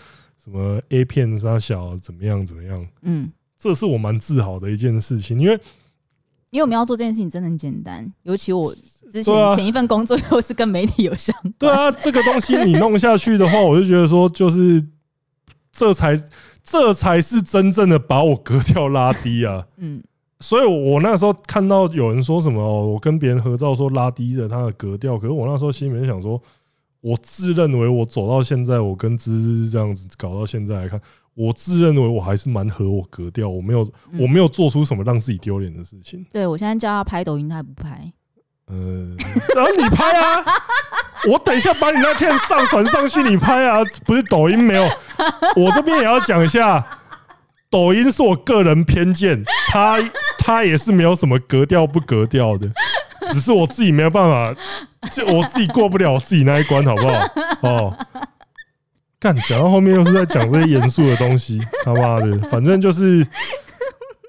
Speaker 1: 什么 A 片杀小怎么样怎么样，
Speaker 2: 嗯，
Speaker 1: 这是我蛮自豪的一件事情，因为
Speaker 2: 因为我们要做这件事情真的很简单，尤其我之前、
Speaker 1: 对啊
Speaker 2: 前一份工作又是跟媒体有相关，
Speaker 1: 对啊，这个东西你弄下去的话， 我就觉得说就是这才这才是真正的把我格调拉低啊。
Speaker 2: 嗯
Speaker 1: 所以我那时候看到有人说什么，哦我跟别人合照说拉低了他的格调，可是我那时候心里面想说，我自认为我走到现在，我跟芝芝这样子搞到现在来看，我自认为我还是蛮合我格调，我没有
Speaker 2: 嗯
Speaker 1: 我没有做出什么让自己丢脸的事情。
Speaker 2: 对我现在叫他拍抖音，他还不拍，
Speaker 1: 呃， 然后你拍啊， 我等一下把你那片上传上去，你拍啊，不是抖音没有，我这边也要讲一下，抖音是我个人偏见，它它也是没有什么格调不格调的，只是我自己没有办法，就我自己过不了我自己那一关，好不好？哦。干，讲到后面又是在讲这些严肃的东西，他妈的，反正就是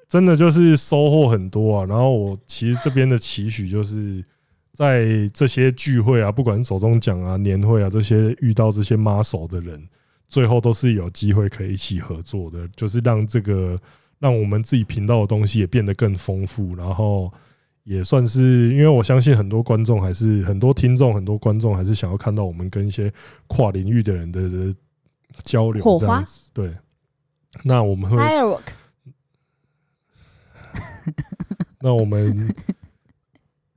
Speaker 1: 真的就是收获很多啊。然后我其实这边的期许就是，在这些聚会啊，不管是手中奖啊、年会啊这些遇到这些 muscle 的人，最后都是有机会可以一起合作的，就是让这个让我们自己频道的东西也变得更丰富，然后。也算是，因为我相信很多观众还是很多听众，很多观众还是想要看到我们跟一些跨领域的人的的交流，
Speaker 2: 火
Speaker 1: 这
Speaker 2: 花
Speaker 1: 样子。对，那我们会
Speaker 2: firework
Speaker 1: 那我 们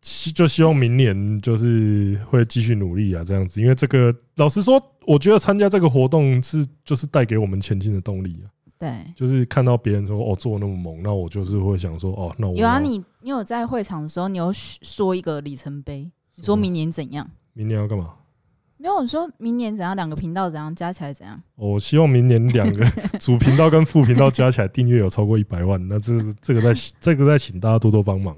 Speaker 1: 希就希望明年就是会继续努力啊，这样子。因为这个，老实说，我觉得参加这个活动是就是带给我们前进的动力啊。
Speaker 2: 对。
Speaker 1: 就是看到别人说哦做得那么猛，那我就是会想说哦，那我
Speaker 2: 有啊，
Speaker 1: 要
Speaker 2: 你你有在会场的时候，你有说一个里程碑，你
Speaker 1: 什
Speaker 2: 说
Speaker 1: 么
Speaker 2: 明年怎样？
Speaker 1: 明年要干嘛？
Speaker 2: 没有，你说明年怎样？两个频道怎样加起来怎样？
Speaker 1: 哦我希望明年两 个主频道跟副频道加起来订阅有超过一百万，那这这个再这个再请大家多多帮忙，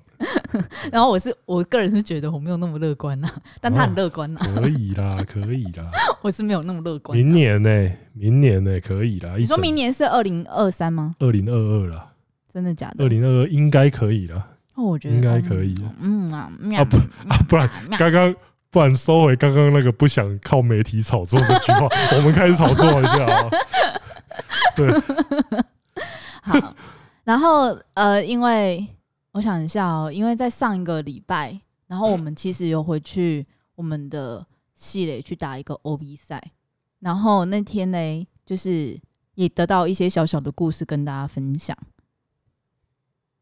Speaker 2: 然后我是我个人是觉得我没有那么乐观呐、啊 但他很乐观呐、
Speaker 1: 可以啦，可以 啦，
Speaker 2: 我是没有那么乐观。
Speaker 1: 明年呢、明年呢、可以啦。
Speaker 2: 你说明年是二零二三吗？
Speaker 1: 二零二二啦，
Speaker 2: 真的假的
Speaker 1: 二？零二二应该可以了
Speaker 2: 哦，我觉得
Speaker 1: 应该可以
Speaker 2: 嗯嗯啊，
Speaker 1: 啊不啊， 不然
Speaker 2: 喵
Speaker 1: 刚刚不然收回刚刚那个不想靠媒体炒作这句 话，我们开始炒作一下啊。
Speaker 2: 好，然后呃，因为我想一下哦，因为在上一个礼拜，然后我们其实有回去我们的系垒去打一个 OB 赛，然后那天呢，就是也得到一些小小的故事跟大家分享。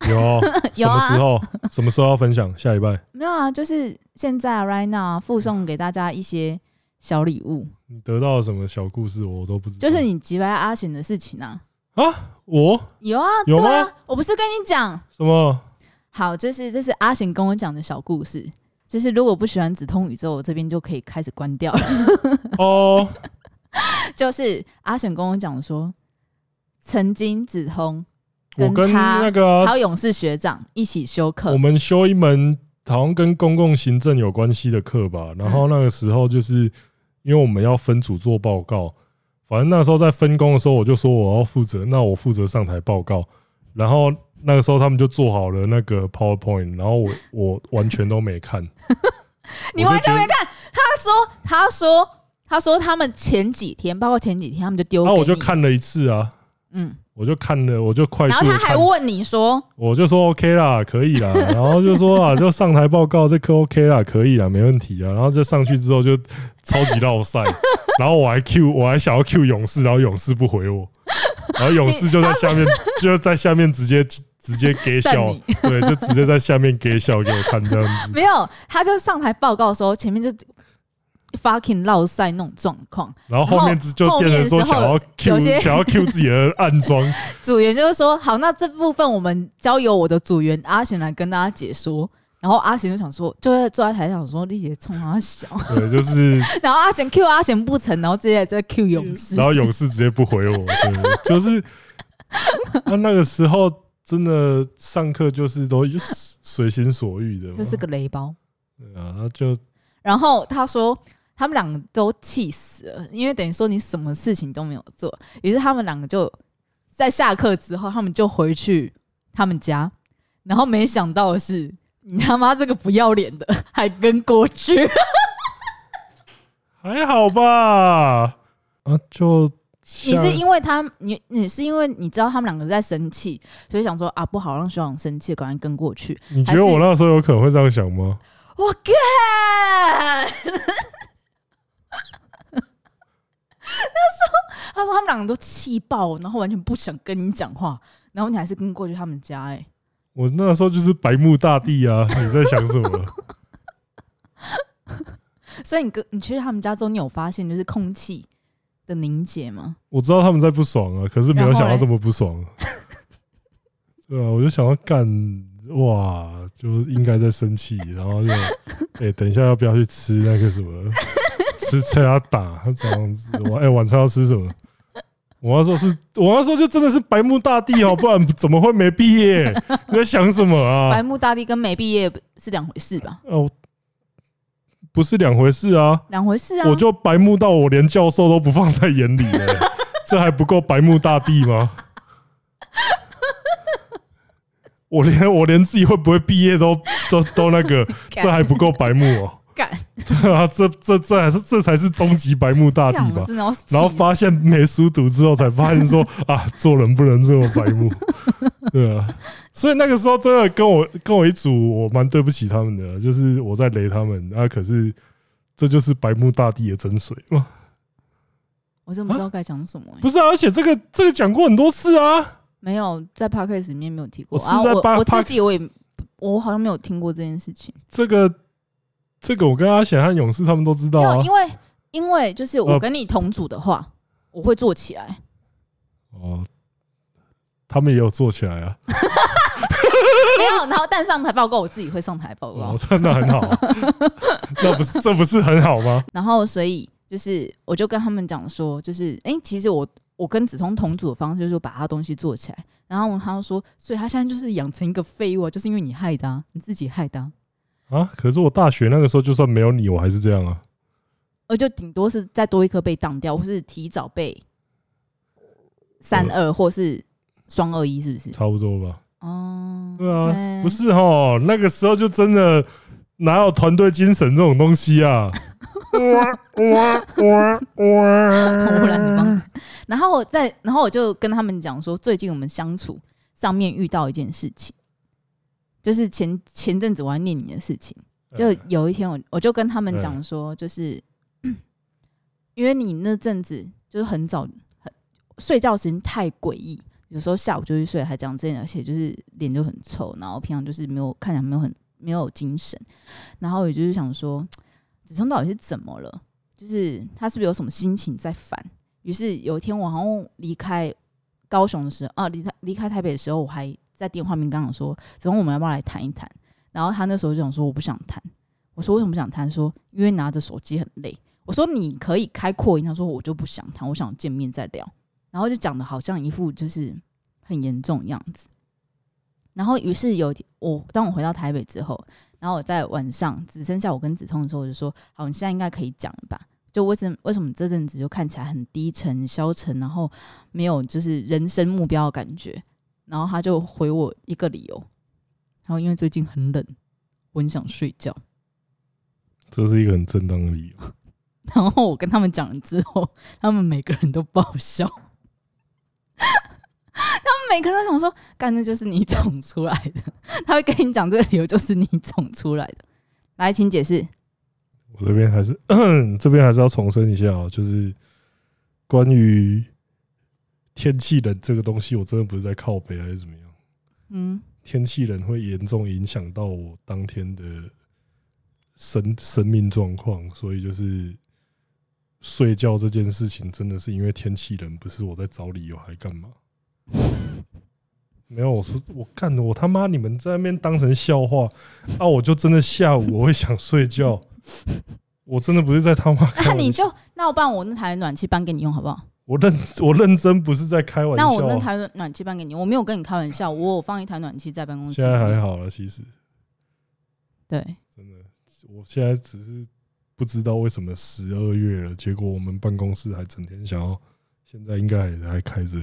Speaker 1: 有什
Speaker 2: 有
Speaker 1: 么
Speaker 2: 啊
Speaker 1: 时候什么时候要分享？下礼拜
Speaker 2: 没有啊，就是现在啊 right now 啊附送给大家一些小礼物，
Speaker 1: 你得到了什么小故事，我都不知道。
Speaker 2: 就是你击败阿贤的事情啊。
Speaker 1: 我
Speaker 2: 有啊，
Speaker 1: 有
Speaker 2: 对啊
Speaker 1: 吗？
Speaker 2: 我不是跟你讲，
Speaker 1: 什么？
Speaker 2: 好，就是这是阿贤跟我讲的小故事，就是如果不喜欢止痛宇宙，我这边就可以开始关掉了。
Speaker 1: 哦，
Speaker 2: 就是阿贤跟我讲说，曾经止痛
Speaker 1: 我
Speaker 2: 跟
Speaker 1: 跟
Speaker 2: 他
Speaker 1: 那个
Speaker 2: 还
Speaker 1: 啊
Speaker 2: 有勇士学长一起修
Speaker 1: 我
Speaker 2: 课，
Speaker 1: 们修一门好像跟公共行政有关系的课吧，然后那个时候就是因为我们要分组做报告，反正那时候在分工的时候，我就说我要负责，那我负责上台报告，然后那个时候他们就做好了那个 PowerPoint，然后我我完全都没看， 我
Speaker 2: 你
Speaker 1: 就
Speaker 2: 完全
Speaker 1: 觉得
Speaker 2: 没看。他说，他说，他说他们前几天，包括前几天，他们就丢
Speaker 1: 然
Speaker 2: 给
Speaker 1: 后
Speaker 2: 你，
Speaker 1: 啊我就，看了一次啊，
Speaker 2: 嗯，
Speaker 1: 我就看了，我就快
Speaker 2: 然
Speaker 1: 速
Speaker 2: 后
Speaker 1: 地
Speaker 2: 他还
Speaker 1: 看，
Speaker 2: 问你说，
Speaker 1: 我就说 OK 啦，可以 啦，然后就说啊，就上台报告这课 OK 啦，可以啦，没问题啊，然后就上去之后就超级绕 赛，然后我还 Q 我还想要 Q 勇士，然后勇士不回我，然后勇士就在下面就在下面直接直接给 笑
Speaker 2: 但你，
Speaker 1: 对，就直接在下面给笑给我看这样子。
Speaker 2: 没有，他就上台报告的时候，前面就 fucking 落赛那种状况，
Speaker 1: 然后后面就就
Speaker 2: 后
Speaker 1: 变成说
Speaker 2: 后面的时
Speaker 1: 想
Speaker 2: 候
Speaker 1: 要
Speaker 2: 有
Speaker 1: Q
Speaker 2: 些
Speaker 1: 想要 Q 自己的暗装，
Speaker 2: 组员就会说：“好，那这部分我们交由我的组员阿贤来跟大家解说。”然后阿贤就想说，就在坐在台上说：“丽姐冲他小。
Speaker 1: 对，就是”
Speaker 2: 然后阿贤 Q 阿贤不成，然后接下来再 Q 勇士
Speaker 1: 然。后勇士直接不回我，对， 就是那那个时候真的上课就是都就是随心所欲的嘛，
Speaker 2: 就是个雷包。
Speaker 1: 对啊，那就
Speaker 2: 然后他说他们两个都气死了，因为等于说你什么事情都没有做，于是他们两个就在下课之后，他们就回去他们家，然后没想到的是。你他妈这个不要脸的，还跟过去，
Speaker 1: 还好吧，啊，就
Speaker 2: 你
Speaker 1: 像
Speaker 2: 是因为他，你你是因为你知道他们两个在生气，所以想说啊不好让学长生气，赶快跟过去。
Speaker 1: 你觉得我那时候有可能会这样想吗？
Speaker 2: 我干！ 他说，他说他们两个都气爆，然后完全不想跟你讲话，然后你还是跟过去他们家、欸，哎，
Speaker 1: 我那时候就是白目大帝啊！你在想什么？
Speaker 2: 所以你跟你去他们家之后，你有发现就是空气的凝结吗？
Speaker 1: 我知道他们在不爽啊，可是没有想到
Speaker 2: 然后嘞
Speaker 1: 这么不爽。啊对啊，我就想要干哇，就应该在生气，然后 就哎、等一下要不要去吃那个什么，吃吃他打这样子。我哎、晚上要吃什么？我那时候是，我那时候就真的是白目大帝哦，不然怎么会没毕业？你在想什么啊？
Speaker 2: 白木大帝跟没毕业是两回事吧？
Speaker 1: 哦，不是两回事啊。
Speaker 2: 两回事啊！
Speaker 1: 我就白目到我连教授都不放在眼里 了、这还不够白目大帝吗？我连我连自己会不会毕业都都都那个，
Speaker 2: 干
Speaker 1: 这还不够白目哦、
Speaker 2: 干
Speaker 1: 对啊，这这这还是这才是终极白目大帝
Speaker 2: 干，我
Speaker 1: 吧？
Speaker 2: 真的要气死
Speaker 1: 然后发现没书读之后，才发现说啊，做人不能这么白目，对啊。所以那个时候真的跟我跟我一组，我蛮对不起他们的，啊就是我在雷他们啊。可是这就是白目大帝的真髓嘛，
Speaker 2: 我真的不知道该讲什么、欸。
Speaker 1: 不是啊？而且这个这个讲过很多次啊，
Speaker 2: 没有在 podcast 里面没有提过
Speaker 1: 我是
Speaker 2: 啊，
Speaker 1: 在
Speaker 2: 我
Speaker 1: 八
Speaker 2: 我自
Speaker 1: podcast-
Speaker 2: 己我也我好像没有听过这件事情。
Speaker 1: 这个这个我跟阿显和勇士他们都知道
Speaker 2: 没有，
Speaker 1: 啊
Speaker 2: 因。为因为就是我
Speaker 1: 呃
Speaker 2: 跟你同组的话，我会做起来。
Speaker 1: 哦，他们也有做起来啊，
Speaker 2: 没有，然后但上台报告我自己会上台报告
Speaker 1: 哦，， 那很好 啊，那不是这不是很好吗？
Speaker 2: 然后所以就是我就跟他们讲说，就是哎、诶其实我我跟子通同组的方式就是把他东西做起来。然后他就说，所以他现在就是养成一个废物啊，就是因为你害的、啊，你自己害的、啊。
Speaker 1: 啊！可是我大学那个时候，就算没有你，我还是这样啊。
Speaker 2: 我呃就顶多是再多一颗被当掉，或是提早被三二或是双二一，是不是？
Speaker 1: 差不多吧。
Speaker 2: 哦，
Speaker 1: 对啊，
Speaker 2: OK
Speaker 1: 不是哦，那个时候就真的哪有团队精神这种东西啊？啊
Speaker 2: 我懒得帮。然后我再，然后我就跟他们讲说，最近我们相处上面遇到一件事情，就是前前阵子我还念你的事情，
Speaker 1: 哎嗯
Speaker 2: 就有一天我我就跟他们讲说，就是、因为你那阵子就是很早很睡觉时间太诡异，有时候下午就去睡还这样之类的，而且就是脸就很臭，然后平常就是没有看起来没有很没有精神，然后也就是想说，子聪到底是怎么了？就是他是不是有什么心情在烦？于是有一天我好像离开高雄的时候，啊，离开离开台北的时候，我还在电话里面跟他讲说，子聪我们要不要来谈一谈？然后他那时候就想说我不想谈，我说为什么不想谈？说因为拿着手机很累。我说你可以开扩音，他说我就不想谈，我想见面再聊。然后就讲的好像一副就是很严重的样子。然后于是有一天我当我回到台北之后，然后我在晚上只剩下我跟子通的时候，我就说好，你现在应该可以讲了吧？就为什么为什么这阵子就看起来很低沉、消沉，然后没有就是人生目标的感觉？然后他就回我一个理由，然后因为最近很冷，我很想睡觉。
Speaker 1: 这是一个很正当的理由。
Speaker 2: 然后我跟他们讲了之后，他们每个人都爆笑。他们每个人都想说，干那就是你 宠出来的。他会跟你讲这个理由就是你宠出来的。来，请解释。
Speaker 1: 我这边还是 这边还是要重申一下哦，就是关于天气冷这个东西，我真的不是在靠北还是怎么样，
Speaker 2: 嗯，
Speaker 1: 天气冷会严重影响到我当天的生生命状况，所以就是睡觉这件事情真的是因为天气冷，不是我在找理由还干嘛？ 没有，我说我干的，我他妈你们在那边当成笑话啊！我就真的下午我会想睡觉， 我真的不是在他妈开
Speaker 2: 那
Speaker 1: 玩
Speaker 2: 你
Speaker 1: 笑，
Speaker 2: 就那我把我那台暖气搬给你用好不好？
Speaker 1: 我认我认真不是在开玩笑、
Speaker 2: 那我那
Speaker 1: 啊。
Speaker 2: 台暖气搬给你，我没有跟你开玩笑，我有放一台暖气在办公室。
Speaker 1: 现在还。好了，其实
Speaker 2: 对，
Speaker 1: 真的，我现在只是不知道为什么十二月了，结果我们办公室还整天想要，现在应该还还开着，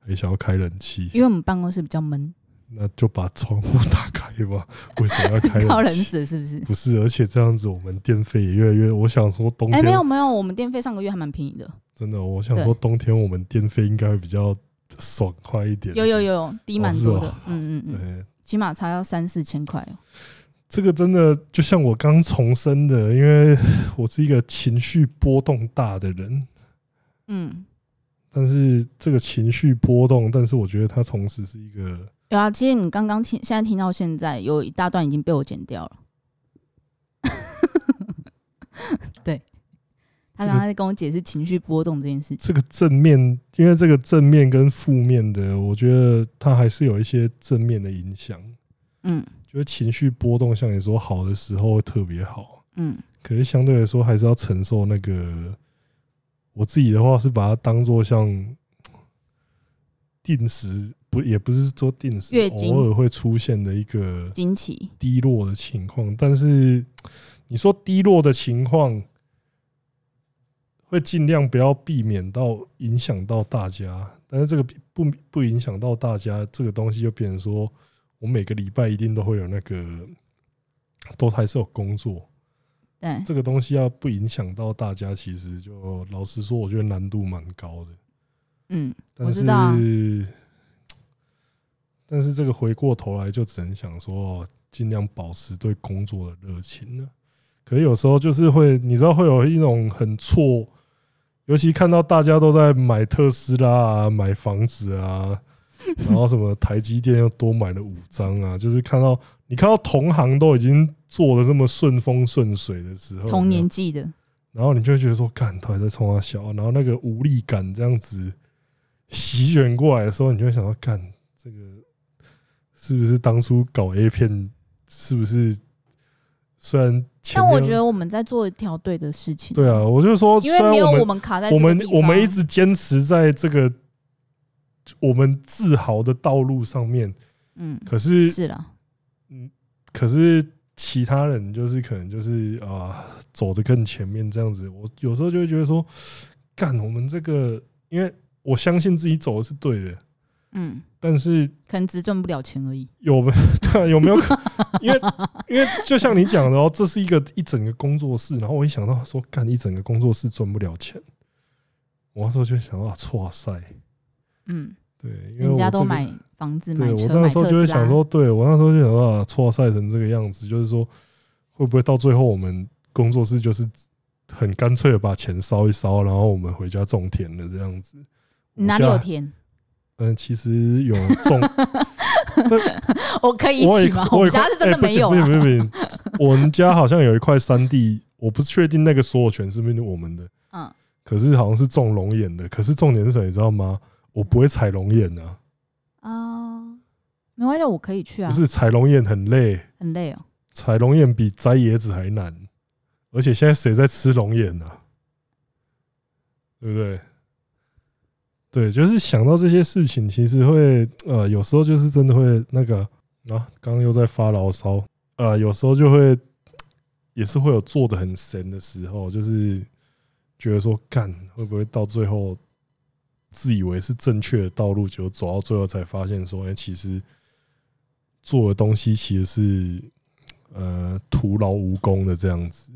Speaker 1: 还想要开冷气，
Speaker 2: 因为我们办公室比较闷，
Speaker 1: 那就把窗户打开吧。 为什么要 开
Speaker 2: 靠
Speaker 1: 冷
Speaker 2: 冷
Speaker 1: 气？
Speaker 2: 死是不是？
Speaker 1: 不是，而且这样子我们电费也越来越。我想说冬
Speaker 2: 哎、
Speaker 1: 天
Speaker 2: 没有没有，我们电费上个月还蛮便宜的，
Speaker 1: 真的，我想说冬天我们电费应该会比较爽快一点。
Speaker 2: 有有有有低蛮多的，
Speaker 1: 哦
Speaker 2: 嗯嗯
Speaker 1: 对，
Speaker 2: 嗯，起码才要三四千块哦。
Speaker 1: 这个真的就像我刚重生的，因为我是一个情绪波动大的人，
Speaker 2: 嗯，
Speaker 1: 但是这个情绪波动，但是我觉得它同时是一个
Speaker 2: 有啊，其实你刚刚听，现在听到现在有一大段已经被我剪掉 了。对，他刚刚在跟我解释情绪波动这件事情。
Speaker 1: 这个正面，因为这个正面跟负面的，我觉得它还是有一些正面的影响。
Speaker 2: 嗯
Speaker 1: 就是情绪波动，像你说好的时候会特别好，
Speaker 2: 嗯
Speaker 1: 可是相对来说还是要承受那个。我自己的话是把它当做像定时，不也不是说定时
Speaker 2: 月，经
Speaker 1: 偶尔会出现的一个
Speaker 2: 惊奇，
Speaker 1: 低落的情况，但是你说低落的情况，会尽量不要避免到影响到大家，但是这个不不影响到大家，这个东西就变成说，我每个礼拜一定都会有那个，都还是有工作，
Speaker 2: 对，
Speaker 1: 这个东西要不影响到大家，其实就老实说，我觉得难度蛮高的。
Speaker 2: 嗯，
Speaker 1: 但
Speaker 2: 我
Speaker 1: 是，
Speaker 2: 知道啊
Speaker 1: 但是这个回过头来就只能想说，尽量保持对工作的热情呢、可是有时候就是会，你知道会有一种很错，尤其看到大家都在买特斯拉啊、买房子啊，然后什么台积电又多买了五张啊，就是看到你看到同行都已经做的这么顺风顺水的时候，有
Speaker 2: 同
Speaker 1: 哦没有
Speaker 2: 年纪的，
Speaker 1: 然后你就会觉得说，干，他还在冲他笑，然后那个无力感这样子席卷过来的时候，你就会想到，干，这个是不是当初搞 A 片，是不是虽然前
Speaker 2: 但
Speaker 1: 面
Speaker 2: 我觉得我们在做一条对的事情。
Speaker 1: 对啊，，我就说，虽
Speaker 2: 因为
Speaker 1: 然
Speaker 2: 没有
Speaker 1: 我们
Speaker 2: 们卡在
Speaker 1: 我
Speaker 2: 这个
Speaker 1: 们
Speaker 2: 地方
Speaker 1: 我们一直坚持在这个我们自豪的道路上面，
Speaker 2: 嗯
Speaker 1: 可是
Speaker 2: 是了，
Speaker 1: 可是其他人就是可能就是啊、走得更前面这样子，我有时候就会觉得说，干我们这个，因为我相信自己走的是对的，
Speaker 2: 嗯，
Speaker 1: 但是
Speaker 2: 可能只赚不了钱而已。
Speaker 1: 有没 对啊、有没有可？ 因为因为就像你讲的哦，这是一个一整个工作室，然后我一想到说干一整个工作室赚不了钱，我那时候就想到啊，哇塞，
Speaker 2: 嗯，
Speaker 1: 对，因为
Speaker 2: 人家
Speaker 1: 我
Speaker 2: 都
Speaker 1: 这个
Speaker 2: 买房子、
Speaker 1: 对
Speaker 2: 买
Speaker 1: 我
Speaker 2: 车、
Speaker 1: 那
Speaker 2: 买
Speaker 1: 时候
Speaker 2: 特
Speaker 1: 就
Speaker 2: 斯
Speaker 1: 会想
Speaker 2: 拉。
Speaker 1: 说，对我那时候就想说啊，错赛成这个样子，就是说会不会到最后我们工作室就是很干脆的把钱烧一烧，然后我们回家种田了这样子。
Speaker 2: 你哪里
Speaker 1: 我
Speaker 2: 有
Speaker 1: 家？
Speaker 2: 田？
Speaker 1: 嗯，其实 有种，
Speaker 2: 我可以一
Speaker 1: 我有
Speaker 2: 起
Speaker 1: 一
Speaker 2: 吗
Speaker 1: 块？
Speaker 2: 我
Speaker 1: 我有
Speaker 2: 们
Speaker 1: 一块
Speaker 2: 家是真
Speaker 1: 哎
Speaker 2: 的
Speaker 1: 不
Speaker 2: 没
Speaker 1: 行
Speaker 2: 有
Speaker 1: 不行
Speaker 2: 啊。
Speaker 1: 不行不行，我们家好像有一块山地，我不确定那个所有权是不是我们的，
Speaker 2: 嗯，
Speaker 1: 可是好像是种龙眼的。可是重点是什么，你知道吗？我不会采龙眼啊，
Speaker 2: 啊，没关系，我可以去啊
Speaker 1: 不，是采龙眼很累，
Speaker 2: 很累哦。
Speaker 1: 采龙眼比摘椰子还难，而且现在谁在吃龙眼呢、对不对？对，就是想到这些事情，其实会呃，有时候就是真的会那个啊，刚刚又在发牢骚，呃，有时候就会也是会有做的很神的时候，就是觉得说干会不会到最后自以为是正确的道路，结果走到最后才发现说，哎、其实做的东西其实是呃徒劳无功的这样子，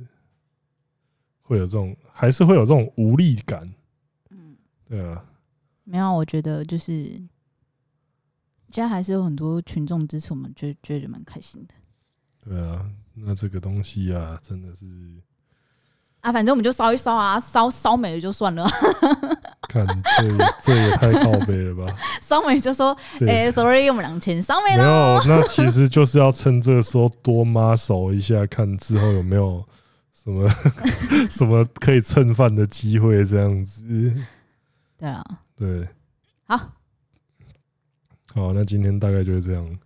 Speaker 1: 会有这种还是会有这种无力感，
Speaker 2: 嗯，
Speaker 1: 对啊，
Speaker 2: 没有，我觉得就是现在还是有很多群众支持我们，觉觉得蛮开心的
Speaker 1: 对啊，那这个东西啊，真的是
Speaker 2: 啊。反正我们就烧一烧啊，烧烧没了就算了啊。
Speaker 1: 看这这也 太靠背了吧？
Speaker 2: 桑美就说：“
Speaker 1: 这也
Speaker 2: 哎、s o r r y 我们两千上面
Speaker 1: 没
Speaker 2: 了。
Speaker 1: 有，那其实就是要趁这个时候多 muscle 一下，看之后有没有什么 什么可以蹭饭的机会，这样子。”
Speaker 2: 对啊，
Speaker 1: 对，
Speaker 2: 好，
Speaker 1: 好，那今天大概就是这样。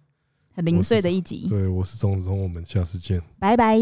Speaker 2: 很零碎的一集，
Speaker 1: 对我是钟子通，我们下次见。
Speaker 2: 拜拜。